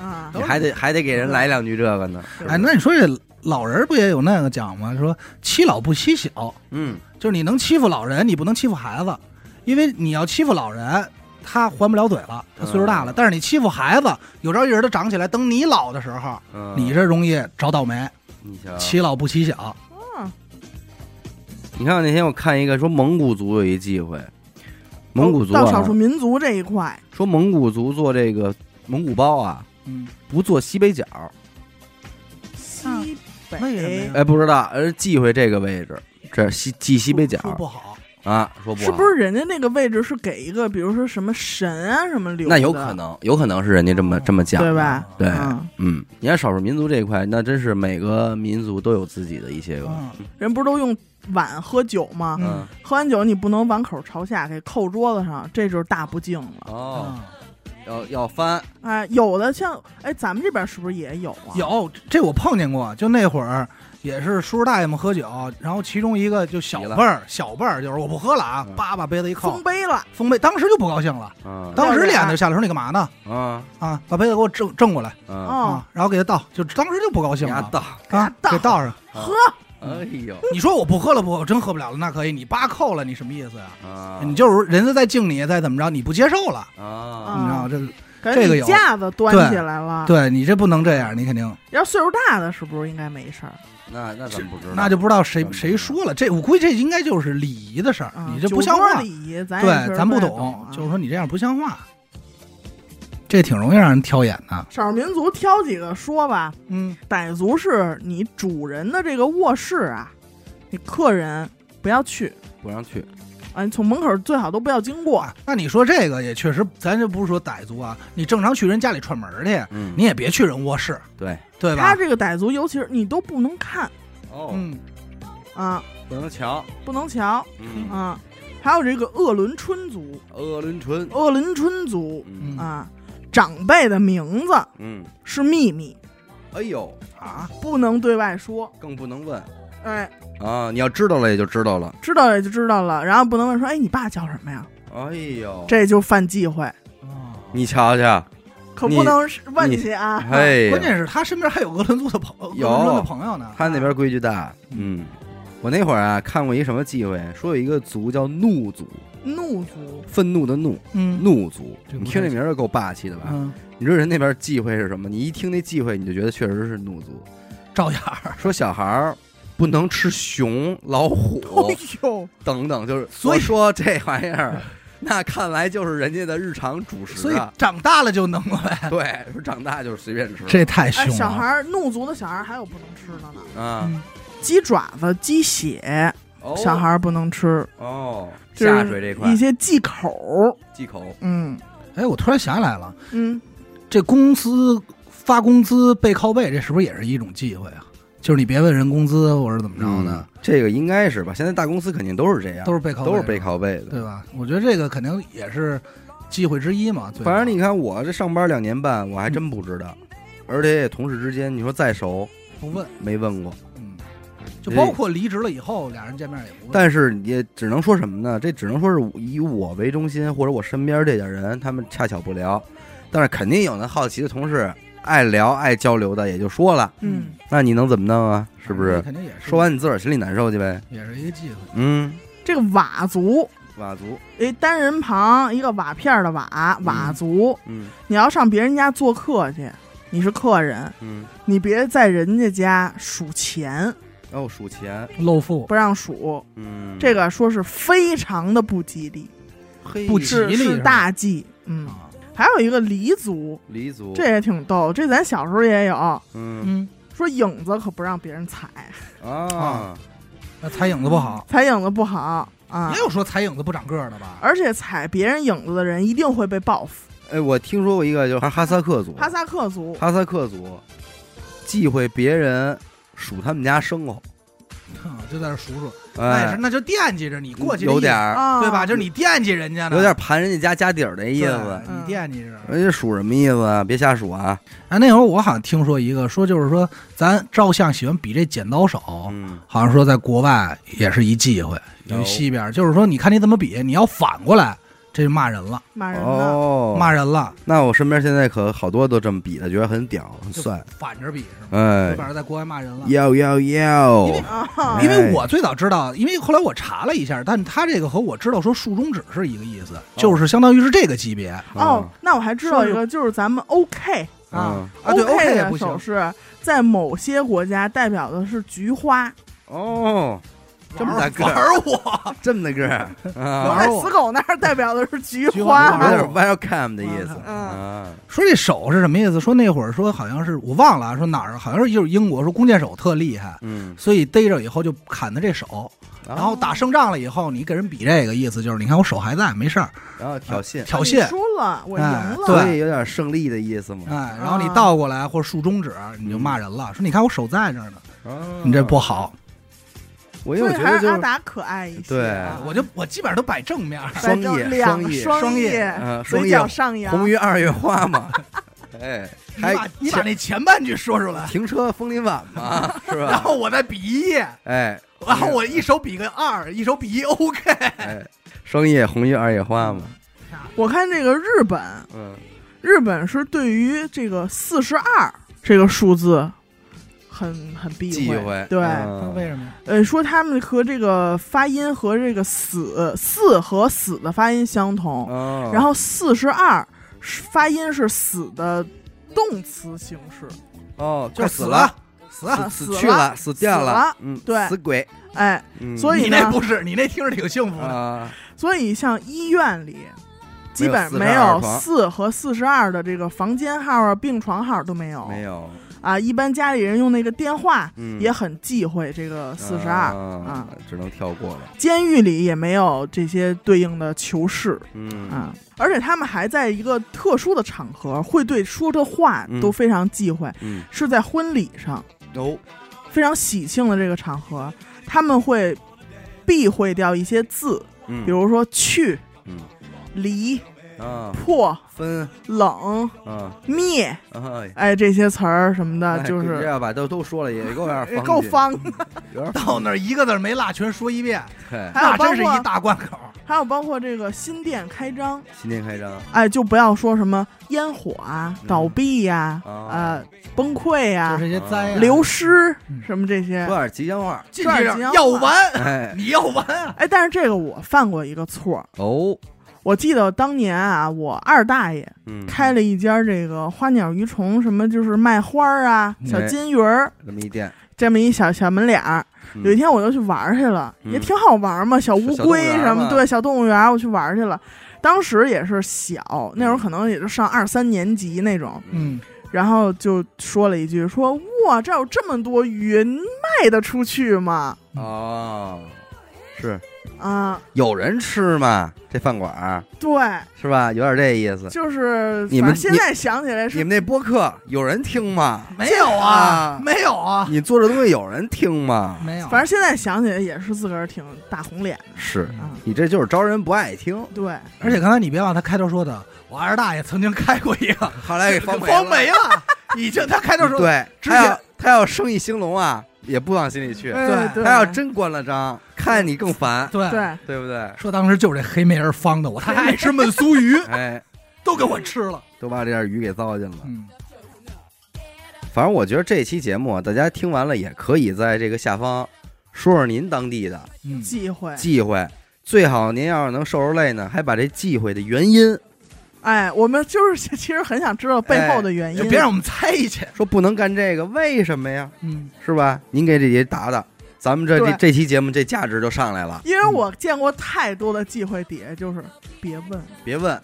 [SPEAKER 2] 嗯
[SPEAKER 3] 啊
[SPEAKER 1] 你还得还得给人来两句这个呢，是不是
[SPEAKER 2] 哎，那你说这老人不也有那个讲吗？说欺老不欺小，
[SPEAKER 1] 嗯
[SPEAKER 2] 就是你能欺负老人，你不能欺负孩子，因为你要欺负老人，他还不了嘴了，他岁数大了。
[SPEAKER 1] 嗯
[SPEAKER 2] 但是你欺负孩子，有朝一日他长起来，等你老的时候，
[SPEAKER 1] 嗯，
[SPEAKER 2] 你这容易找倒霉，
[SPEAKER 1] 你瞧，
[SPEAKER 2] 欺老不欺小。
[SPEAKER 3] 嗯
[SPEAKER 1] 你看那天我看一个说蒙古族有一忌讳，蒙古族
[SPEAKER 3] 到
[SPEAKER 1] 啊
[SPEAKER 3] 哦少数民族这一块，
[SPEAKER 1] 说蒙古族做这个蒙古包啊，
[SPEAKER 2] 嗯，
[SPEAKER 1] 不做西北角，
[SPEAKER 3] 西北
[SPEAKER 2] 为什么呀
[SPEAKER 1] 哎不知道，而忌讳这个位置，这西忌西北角
[SPEAKER 2] 说不好，
[SPEAKER 1] 啊，说不
[SPEAKER 3] 是
[SPEAKER 1] 好，
[SPEAKER 3] 不是人家那个位置是给一个，比如说什么神啊什么留的？
[SPEAKER 1] 那有可能，有可能是人家这么这么讲的，
[SPEAKER 3] 对吧？
[SPEAKER 1] 对，
[SPEAKER 3] 嗯，
[SPEAKER 1] 嗯，你看少数民族这一块，那真是每个民族都有自己的一些个，
[SPEAKER 2] 嗯，
[SPEAKER 3] 人不是都用碗喝酒吗？
[SPEAKER 2] 嗯
[SPEAKER 3] 喝完酒你不能碗口朝下，给扣桌子上，这就是大不敬了。
[SPEAKER 2] 嗯
[SPEAKER 1] 哦，要要翻，
[SPEAKER 3] 哎，有的像哎，咱们这边是不是也有啊？
[SPEAKER 2] 有这我碰见过，就那会儿也是叔叔大爷们喝酒，然后其中一个就小辈儿，小辈儿就是我不喝了啊
[SPEAKER 1] 嗯，
[SPEAKER 2] 叭把杯子一扣
[SPEAKER 3] 丰，杯了，
[SPEAKER 2] 封杯，当时就不高兴了，
[SPEAKER 1] 嗯
[SPEAKER 2] 当时脸就下来，说你干嘛呢？
[SPEAKER 1] 啊
[SPEAKER 2] 啊，把杯子给我正正过来
[SPEAKER 1] 啊，
[SPEAKER 3] 哦
[SPEAKER 2] 啊，，然后给他倒，就当时就不高兴
[SPEAKER 1] 压
[SPEAKER 2] 了
[SPEAKER 1] 到，
[SPEAKER 2] 啊，
[SPEAKER 3] 倒
[SPEAKER 2] 给倒上。
[SPEAKER 1] 喝，哎呦
[SPEAKER 2] 你说我不喝了不，我真喝不了了，那可以，你八扣了，你什么意思呀？
[SPEAKER 1] 啊，
[SPEAKER 2] 你就是人家在敬你，再怎么着，你不接受了，
[SPEAKER 1] 啊
[SPEAKER 2] 你知道这
[SPEAKER 3] 感
[SPEAKER 2] 这
[SPEAKER 3] 觉
[SPEAKER 2] 个
[SPEAKER 3] 你
[SPEAKER 2] 有
[SPEAKER 3] 架子端起来了。
[SPEAKER 2] 对你这不能这样，你肯定
[SPEAKER 3] 要岁数大的是不是应该没事儿？
[SPEAKER 1] 那那咱们不知道，
[SPEAKER 2] 那就不知道谁
[SPEAKER 1] 嗯
[SPEAKER 2] 谁说了。这我估计这应该就是礼仪的事儿，
[SPEAKER 3] 啊
[SPEAKER 2] 你这不像
[SPEAKER 3] 酒桌
[SPEAKER 2] 话。
[SPEAKER 3] 礼仪，咱也
[SPEAKER 2] 对，
[SPEAKER 3] 是
[SPEAKER 2] 咱不
[SPEAKER 3] 太
[SPEAKER 2] 懂
[SPEAKER 3] 懂，，啊
[SPEAKER 2] 就是说你这样不像话，这挺容易让人挑眼的。
[SPEAKER 3] 少数民族挑几个说吧。
[SPEAKER 2] 嗯，
[SPEAKER 3] 傣族是你主人的这个卧室啊，你客人不要去
[SPEAKER 1] 不让去，
[SPEAKER 3] 啊，你从门口最好都不要经过。
[SPEAKER 2] 哇，那你说这个也确实，咱就不是说傣族啊，你正常去人家里串门儿去，
[SPEAKER 1] 嗯，
[SPEAKER 2] 你也别去人卧室，
[SPEAKER 1] 对，
[SPEAKER 2] 对
[SPEAKER 3] 他
[SPEAKER 2] 吧？
[SPEAKER 3] 这个傣族，尤其是你都不能看
[SPEAKER 1] 哦
[SPEAKER 2] 嗯，
[SPEAKER 3] 啊，
[SPEAKER 1] 不能瞧，
[SPEAKER 3] 不能瞧
[SPEAKER 1] 嗯，
[SPEAKER 3] 啊。还有这个鄂伦春族，
[SPEAKER 1] 鄂伦春，
[SPEAKER 3] 鄂伦春族
[SPEAKER 1] 嗯
[SPEAKER 3] 啊，长辈的名字
[SPEAKER 1] 嗯，
[SPEAKER 3] 是秘密，
[SPEAKER 1] 哎呦啊，
[SPEAKER 3] 不能对外说。
[SPEAKER 1] 更不能问
[SPEAKER 3] 哎，
[SPEAKER 1] 啊，你要知道了也就知道了，
[SPEAKER 3] 知道了就知道了，然后不能问说，哎，你爸叫什么呀？
[SPEAKER 1] 哎呦，
[SPEAKER 3] 这就犯忌讳，
[SPEAKER 2] 啊
[SPEAKER 1] 你瞧瞧，
[SPEAKER 3] 可
[SPEAKER 1] 你
[SPEAKER 3] 不能是问去啊。
[SPEAKER 1] 哎呀
[SPEAKER 2] 关键是他啊身边还有鄂伦族的朋友，
[SPEAKER 1] 有
[SPEAKER 2] 鄂伦春的朋友呢。
[SPEAKER 1] 他那边规矩大，嗯，我那会儿啊看过一什么忌讳，说有一个族叫怒族，
[SPEAKER 3] 怒族，
[SPEAKER 1] 愤怒的怒，
[SPEAKER 2] 嗯
[SPEAKER 1] 怒族，
[SPEAKER 2] 这
[SPEAKER 1] 你
[SPEAKER 2] 不
[SPEAKER 1] 听
[SPEAKER 2] 太
[SPEAKER 1] 这名儿就够霸气的吧？
[SPEAKER 2] 嗯，
[SPEAKER 1] 你知道人那边忌讳是什么？你一听那忌讳，你就觉得确实是怒族，
[SPEAKER 2] 照眼儿，
[SPEAKER 1] 说小孩儿。不能吃熊、老虎
[SPEAKER 3] 哎呦，
[SPEAKER 1] 等等，就是
[SPEAKER 2] 所以
[SPEAKER 1] 我说这玩意儿，那看来就是人家的日常主食
[SPEAKER 2] 所以
[SPEAKER 1] 啊。
[SPEAKER 2] 长大了就能了。
[SPEAKER 1] 对，说长大就是随便吃。
[SPEAKER 2] 这太
[SPEAKER 3] 哎，
[SPEAKER 2] 凶
[SPEAKER 3] 小孩
[SPEAKER 2] 了。
[SPEAKER 3] 儿怒族的小孩儿还有不能吃的呢，
[SPEAKER 1] 啊，
[SPEAKER 2] 嗯
[SPEAKER 3] 鸡爪子、鸡血，
[SPEAKER 1] 哦
[SPEAKER 3] 小孩儿不能吃。
[SPEAKER 1] 哦，
[SPEAKER 3] 就是
[SPEAKER 1] 下水这块
[SPEAKER 3] 一些忌口。
[SPEAKER 1] 忌口，
[SPEAKER 3] 嗯
[SPEAKER 2] 哎，我突然想起来了，
[SPEAKER 3] 嗯，
[SPEAKER 2] 这公司发工资背靠背，这是不是也是一种忌讳啊？就是你别问人工资或者怎么
[SPEAKER 1] 然后
[SPEAKER 2] 着
[SPEAKER 1] 呢
[SPEAKER 2] 的，，
[SPEAKER 1] 这个应该是吧？现在大公司肯定都是这样，
[SPEAKER 2] 都是背
[SPEAKER 1] 嗯
[SPEAKER 2] 靠
[SPEAKER 1] 都是
[SPEAKER 2] 背
[SPEAKER 1] 背靠背的。
[SPEAKER 2] 对吧？我觉得这个肯定也是忌讳之一嘛。最
[SPEAKER 1] 反正你看我这上班两年半，我还真不知道，而且也同事之间，你说再熟
[SPEAKER 2] 不问，
[SPEAKER 1] 没问过，
[SPEAKER 2] 嗯，就包括离职了以后，俩人见面也不问。
[SPEAKER 1] 哎但是也只能说什么呢？这只能说是以我为中心，或者我身边这点人，他们恰巧不聊，但是肯定有那好奇的同事爱聊爱交流的，也就说了，
[SPEAKER 3] 嗯，
[SPEAKER 1] 那你能怎么弄啊？是不
[SPEAKER 2] 这
[SPEAKER 1] 是？
[SPEAKER 2] 肯定也是
[SPEAKER 1] 说完你自个儿心里难受去呗。
[SPEAKER 2] 也是一个忌讳。
[SPEAKER 1] 嗯，
[SPEAKER 3] 这个佤族，
[SPEAKER 1] 佤族，
[SPEAKER 3] 一单人旁一个瓦片儿的瓦，佤族，
[SPEAKER 1] 嗯
[SPEAKER 3] 你要上别人家做客去，你是客人，
[SPEAKER 1] 嗯，
[SPEAKER 3] 你别在人家家数钱，
[SPEAKER 1] 哦，数钱，
[SPEAKER 2] 露富
[SPEAKER 3] 不让数，
[SPEAKER 1] 嗯，
[SPEAKER 3] 这个说是非常的不吉利，
[SPEAKER 1] 嘿
[SPEAKER 2] 不吉
[SPEAKER 3] 是
[SPEAKER 2] 利是
[SPEAKER 3] 是
[SPEAKER 2] 吧
[SPEAKER 3] 大忌。嗯，
[SPEAKER 2] 啊，
[SPEAKER 3] 还有一个黎族，
[SPEAKER 1] 黎族，
[SPEAKER 3] 这也挺逗，这咱小时候也有，
[SPEAKER 1] 嗯
[SPEAKER 2] 嗯，
[SPEAKER 3] 说影子可不让别人踩，
[SPEAKER 1] 啊
[SPEAKER 2] 啊，那踩影子不好，
[SPEAKER 3] 踩影子不好啊
[SPEAKER 2] 也。有说踩影子不长个儿的吧？
[SPEAKER 3] 而且踩别人影子的人一定会被报复，
[SPEAKER 1] 哎，我听说过一个，就是哈哈萨克族，
[SPEAKER 3] 哈萨克族
[SPEAKER 1] 哈萨克族忌讳别人数他们家牲口，
[SPEAKER 2] 哼就在这数数，那也是
[SPEAKER 1] 哎，
[SPEAKER 2] 那就惦记着你过去的意思
[SPEAKER 1] 有点儿嗯
[SPEAKER 3] 啊，
[SPEAKER 2] 对吧？就是你惦记人家呢，
[SPEAKER 1] 有点盘人家家家底儿的意
[SPEAKER 2] 对
[SPEAKER 1] 思。嗯
[SPEAKER 2] 你惦记着。
[SPEAKER 1] 人家数什么意思啊？别瞎数啊！
[SPEAKER 2] 哎，那会儿我好像听说一个，说就是说咱照相喜欢比这剪刀手，
[SPEAKER 1] 嗯，
[SPEAKER 2] 好像说在国外也是一忌讳，因为
[SPEAKER 1] 有
[SPEAKER 2] 西边就是说，你看你怎么比，你要反过来，这就骂人了，
[SPEAKER 3] 骂人呢。
[SPEAKER 1] 哦，
[SPEAKER 2] 骂人了，
[SPEAKER 1] 那我身边现在可好多都这么比的，觉得很屌，很
[SPEAKER 2] 就
[SPEAKER 1] 帅。
[SPEAKER 2] 反着比是吗？
[SPEAKER 1] 哎
[SPEAKER 2] 就，反正在国外骂人了。
[SPEAKER 1] 要要要
[SPEAKER 2] 因！为
[SPEAKER 3] 啊
[SPEAKER 2] 因
[SPEAKER 1] 哎
[SPEAKER 2] 为我最早知道，因为后来我查了一下，但他这个和我知道说竖中指是一个意
[SPEAKER 1] 哦
[SPEAKER 2] 思，就是相当于是这个级别啊。
[SPEAKER 3] 哦，那我还知道一个，就是咱们 OK
[SPEAKER 1] 嗯
[SPEAKER 2] 啊，对
[SPEAKER 3] OK
[SPEAKER 2] ，OK 也
[SPEAKER 3] 的
[SPEAKER 2] 不行
[SPEAKER 3] 手，势，在某些国家代表的是菊花，
[SPEAKER 1] 哦，这么大个
[SPEAKER 2] 玩
[SPEAKER 1] 儿，
[SPEAKER 2] 儿我，
[SPEAKER 1] 这么大个儿啊，
[SPEAKER 3] 在
[SPEAKER 2] 玩我
[SPEAKER 3] 死狗那儿代表的是菊啊
[SPEAKER 2] 菊花
[SPEAKER 1] 有
[SPEAKER 2] 玩
[SPEAKER 1] 点 welcome 的意思
[SPEAKER 3] 嗯
[SPEAKER 1] 啊。
[SPEAKER 2] 说这手是什么意思？说那会儿说好像是我忘了啊，说哪儿好像是就是英国说弓箭手特厉害，
[SPEAKER 1] 嗯，
[SPEAKER 2] 所以逮着以后就砍他这手，
[SPEAKER 1] 然
[SPEAKER 2] 然后打胜仗了以后，你给人比这个意思就是，你看我手还在，没事儿，
[SPEAKER 1] 然后挑衅，
[SPEAKER 2] 挑
[SPEAKER 3] 你
[SPEAKER 2] 衅，
[SPEAKER 3] 输了，我赢
[SPEAKER 2] 哎
[SPEAKER 3] 了，
[SPEAKER 2] 对
[SPEAKER 1] 所以有点胜利的意思嘛。
[SPEAKER 2] 哎，然后啊你倒过来或者竖中指，你就骂人了，说你看我手在这儿呢，你这不
[SPEAKER 1] 好，
[SPEAKER 2] 好。
[SPEAKER 1] 啊我因
[SPEAKER 3] 所
[SPEAKER 1] 为
[SPEAKER 3] 以
[SPEAKER 1] 我觉
[SPEAKER 3] 还
[SPEAKER 1] 得
[SPEAKER 3] 是
[SPEAKER 1] 就
[SPEAKER 3] 阿
[SPEAKER 1] 是
[SPEAKER 3] 达可爱一些。
[SPEAKER 1] 对
[SPEAKER 3] 啊
[SPEAKER 2] 我就我基本上都摆正面儿，
[SPEAKER 1] 双
[SPEAKER 3] 反
[SPEAKER 1] 叶
[SPEAKER 3] 正两
[SPEAKER 1] 双
[SPEAKER 3] 个
[SPEAKER 1] 叶
[SPEAKER 3] 双
[SPEAKER 2] 双叶
[SPEAKER 1] 嗯双
[SPEAKER 3] 嘴
[SPEAKER 1] 叶
[SPEAKER 3] 角啊上扬，
[SPEAKER 1] 红于二月花 嘛。哎，
[SPEAKER 2] 你
[SPEAKER 1] 还
[SPEAKER 2] 把你把那前半句说出来，
[SPEAKER 1] 停车枫林晚嘛， 是
[SPEAKER 2] 然
[SPEAKER 1] 吧？
[SPEAKER 2] 后我再比一页，
[SPEAKER 1] 哎，
[SPEAKER 2] 然后我一手比个二，一手比一 OK。
[SPEAKER 1] 哎，双叶红于二月花嘛。
[SPEAKER 3] 我看这个日本，
[SPEAKER 1] 嗯，
[SPEAKER 3] 日本是对于这个四十二这个数字很很避
[SPEAKER 1] 忌讳
[SPEAKER 3] 对，
[SPEAKER 1] 嗯
[SPEAKER 2] 为什么呀？
[SPEAKER 3] 呃，说他们和这个发音和这个死四和死的发音相同，
[SPEAKER 1] 哦
[SPEAKER 3] 然后四十二发音是死的动词形式，
[SPEAKER 1] 哦，
[SPEAKER 2] 就
[SPEAKER 1] 快死
[SPEAKER 2] 死
[SPEAKER 1] 了，，死
[SPEAKER 2] 死了。
[SPEAKER 1] 死
[SPEAKER 3] 死
[SPEAKER 1] 去
[SPEAKER 3] 了
[SPEAKER 1] 了，死掉
[SPEAKER 3] 死了
[SPEAKER 1] 嗯，
[SPEAKER 3] 对
[SPEAKER 1] 死鬼。
[SPEAKER 3] 哎，
[SPEAKER 1] 嗯
[SPEAKER 3] 所以
[SPEAKER 2] 你
[SPEAKER 3] 呢
[SPEAKER 2] 那不是，你那听着挺幸福的。
[SPEAKER 1] 啊，
[SPEAKER 3] 所以像医院里。基本
[SPEAKER 1] 没
[SPEAKER 3] 没
[SPEAKER 1] 有42
[SPEAKER 3] 有
[SPEAKER 1] 床
[SPEAKER 3] 四和四十二的这个房间号啊、病床号都没有，
[SPEAKER 1] 没有，
[SPEAKER 3] 啊。一般家里人用那个电话
[SPEAKER 1] 嗯，
[SPEAKER 3] 也很忌讳这个四十二，啊
[SPEAKER 1] 啊，只能跳过了。
[SPEAKER 3] 监狱里也没有这些对应的囚室
[SPEAKER 1] 嗯
[SPEAKER 3] 啊，而且他们还在一个特殊的场合会对说这话
[SPEAKER 1] 嗯
[SPEAKER 3] 都非常忌讳，
[SPEAKER 1] 嗯，
[SPEAKER 3] 是在婚礼上
[SPEAKER 1] 有
[SPEAKER 3] 非常喜庆的这个场合，他们会避讳掉一些字，
[SPEAKER 1] 嗯，
[SPEAKER 3] 比如说去、
[SPEAKER 1] 嗯
[SPEAKER 3] 离、
[SPEAKER 1] 啊，
[SPEAKER 3] 破、
[SPEAKER 1] 分
[SPEAKER 3] 冷、
[SPEAKER 1] 啊，
[SPEAKER 3] 灭，
[SPEAKER 1] 哎，
[SPEAKER 3] 哎，这些词儿什么的，
[SPEAKER 1] 哎
[SPEAKER 3] 就
[SPEAKER 1] 你这
[SPEAKER 3] 是
[SPEAKER 1] 样吧，都都说了，也 够有
[SPEAKER 3] 也
[SPEAKER 1] 点
[SPEAKER 3] 够
[SPEAKER 1] 方
[SPEAKER 3] 方的。
[SPEAKER 1] 矩，有点
[SPEAKER 2] 到那儿一个字儿没落全说一遍，
[SPEAKER 1] 嘿，
[SPEAKER 3] 还有
[SPEAKER 2] 那
[SPEAKER 3] 包
[SPEAKER 2] 真是一
[SPEAKER 3] 括
[SPEAKER 2] 大贯口。
[SPEAKER 3] 还有包括这个新店开张，
[SPEAKER 1] 新年开 张，
[SPEAKER 3] 哎，就不要说什么烟火啊、
[SPEAKER 1] 嗯
[SPEAKER 3] 倒闭呀、
[SPEAKER 1] 哦
[SPEAKER 3] 呃，崩溃呀、
[SPEAKER 2] 就是一些灾呀、
[SPEAKER 3] 流失
[SPEAKER 2] 嗯
[SPEAKER 3] 什么这些
[SPEAKER 1] 说。点吉祥话。
[SPEAKER 2] 进
[SPEAKER 3] 转
[SPEAKER 2] 去
[SPEAKER 3] 儿几样
[SPEAKER 2] 要完，
[SPEAKER 1] 哎，
[SPEAKER 2] 你要完啊！
[SPEAKER 3] 啊哎，但是这个我犯过一个错儿，
[SPEAKER 1] 哦，
[SPEAKER 3] 我记得当年啊，我二大爷
[SPEAKER 1] 嗯，
[SPEAKER 3] 开了一家这个花鸟鱼虫什么，就是卖花儿啊、
[SPEAKER 2] 嗯
[SPEAKER 3] 小金鱼儿
[SPEAKER 1] 这么一店，
[SPEAKER 3] 这么一小小门脸儿。
[SPEAKER 1] 嗯
[SPEAKER 3] 有一天我就去玩儿去了，
[SPEAKER 1] 嗯
[SPEAKER 3] 也挺好玩儿嘛，小乌
[SPEAKER 1] 小动物
[SPEAKER 3] 龟
[SPEAKER 1] 园儿
[SPEAKER 3] 什么，
[SPEAKER 1] 嘛
[SPEAKER 3] 对，小动物园儿我去玩儿去了。当时也是小，那时候可能也就上二三年级那种，
[SPEAKER 2] 嗯，
[SPEAKER 3] 然后就说了一句说哇，这有这么多鱼，卖得出去吗？
[SPEAKER 1] 哦，是
[SPEAKER 3] 啊，
[SPEAKER 1] 有人吃嘛？这饭馆儿
[SPEAKER 3] 对，
[SPEAKER 1] 是吧？有点这意思。
[SPEAKER 3] 就是
[SPEAKER 1] 你
[SPEAKER 3] 反
[SPEAKER 1] 们
[SPEAKER 3] 正现在想起来
[SPEAKER 1] 你
[SPEAKER 3] 是
[SPEAKER 1] 们那播客有人听吗？
[SPEAKER 2] 没有
[SPEAKER 1] 啊
[SPEAKER 2] 啊，没有啊，
[SPEAKER 1] 你做这东西有人听吗？
[SPEAKER 2] 没有。啊
[SPEAKER 3] 反正现在想起来也是自个儿挺大红脸的
[SPEAKER 1] 是
[SPEAKER 3] 啊。
[SPEAKER 1] 嗯你这就是招人不爱听。
[SPEAKER 3] 对，
[SPEAKER 2] 而且刚才你别忘他开头说的，我二大爷曾经开过一个，
[SPEAKER 1] 后来给方
[SPEAKER 2] 没没了，已经他开头 说
[SPEAKER 1] 对，
[SPEAKER 2] 之
[SPEAKER 1] 他要
[SPEAKER 2] 前
[SPEAKER 1] 他要生意兴隆啊，也不往心里去。
[SPEAKER 3] 哎
[SPEAKER 2] 对
[SPEAKER 3] 对，
[SPEAKER 1] 他要真关了张，看你更烦，
[SPEAKER 2] 对
[SPEAKER 3] 对，
[SPEAKER 1] 对不对？
[SPEAKER 2] 说当时就是这黑美人方的，我他还爱吃焖酥鱼，
[SPEAKER 1] 哎，
[SPEAKER 2] 都给我吃 了。
[SPEAKER 1] 都把这点鱼给糟践了。
[SPEAKER 2] 嗯，
[SPEAKER 1] 反正我觉得这期节目啊大家听完了，也可以在这个下方说说您当地的
[SPEAKER 2] 嗯，
[SPEAKER 3] 忌讳。
[SPEAKER 1] 忌讳。最好您要是能受受累呢，还把这忌讳的原因
[SPEAKER 3] 哎，我们就是 其实很想知道背
[SPEAKER 1] 哎
[SPEAKER 3] 后的原因。
[SPEAKER 2] 就别让我们猜去。
[SPEAKER 1] 说不能干这个，为什么呀？
[SPEAKER 2] 嗯，
[SPEAKER 1] 是吧？您给这节打打，咱们这这
[SPEAKER 3] 对
[SPEAKER 1] 这期节目这价值就上来了。
[SPEAKER 3] 因为我见过太多的忌讳点，就是别问，
[SPEAKER 1] 别问，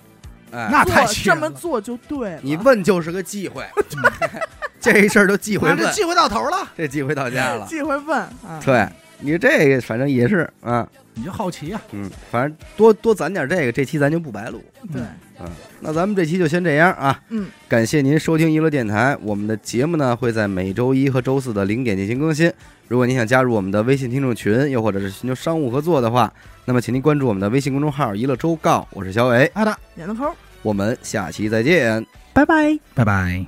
[SPEAKER 1] 哎，
[SPEAKER 2] 那太
[SPEAKER 3] 做
[SPEAKER 2] 气
[SPEAKER 3] 这
[SPEAKER 2] 人
[SPEAKER 3] 么
[SPEAKER 2] 了，
[SPEAKER 3] 做就对了。
[SPEAKER 1] 你问就是个忌讳， 这事儿就忌讳
[SPEAKER 2] 那
[SPEAKER 1] 问，
[SPEAKER 2] 这机会到头了，
[SPEAKER 1] 这忌讳到家 了。
[SPEAKER 3] 忌讳问啊，
[SPEAKER 1] 对你这个反正也是啊，
[SPEAKER 2] 你就好奇啊。
[SPEAKER 1] 嗯，反正多多攒点这个，这期咱就不白录。
[SPEAKER 3] 对
[SPEAKER 2] 嗯
[SPEAKER 1] 嗯，那咱们这期就先这样啊。
[SPEAKER 3] 嗯，
[SPEAKER 1] 感谢您收听娱乐电台，我们的节目呢会在每周一和周四的零点进行更新。如果您想加入我们的微信听众群，又或者是寻求商务合作的话，那么请您关注我们的微信公众号“娱乐周告”，我是小伟，
[SPEAKER 2] 好的，
[SPEAKER 3] 闫德抠，
[SPEAKER 1] 我们下期再见。
[SPEAKER 3] 拜拜。
[SPEAKER 2] 拜拜。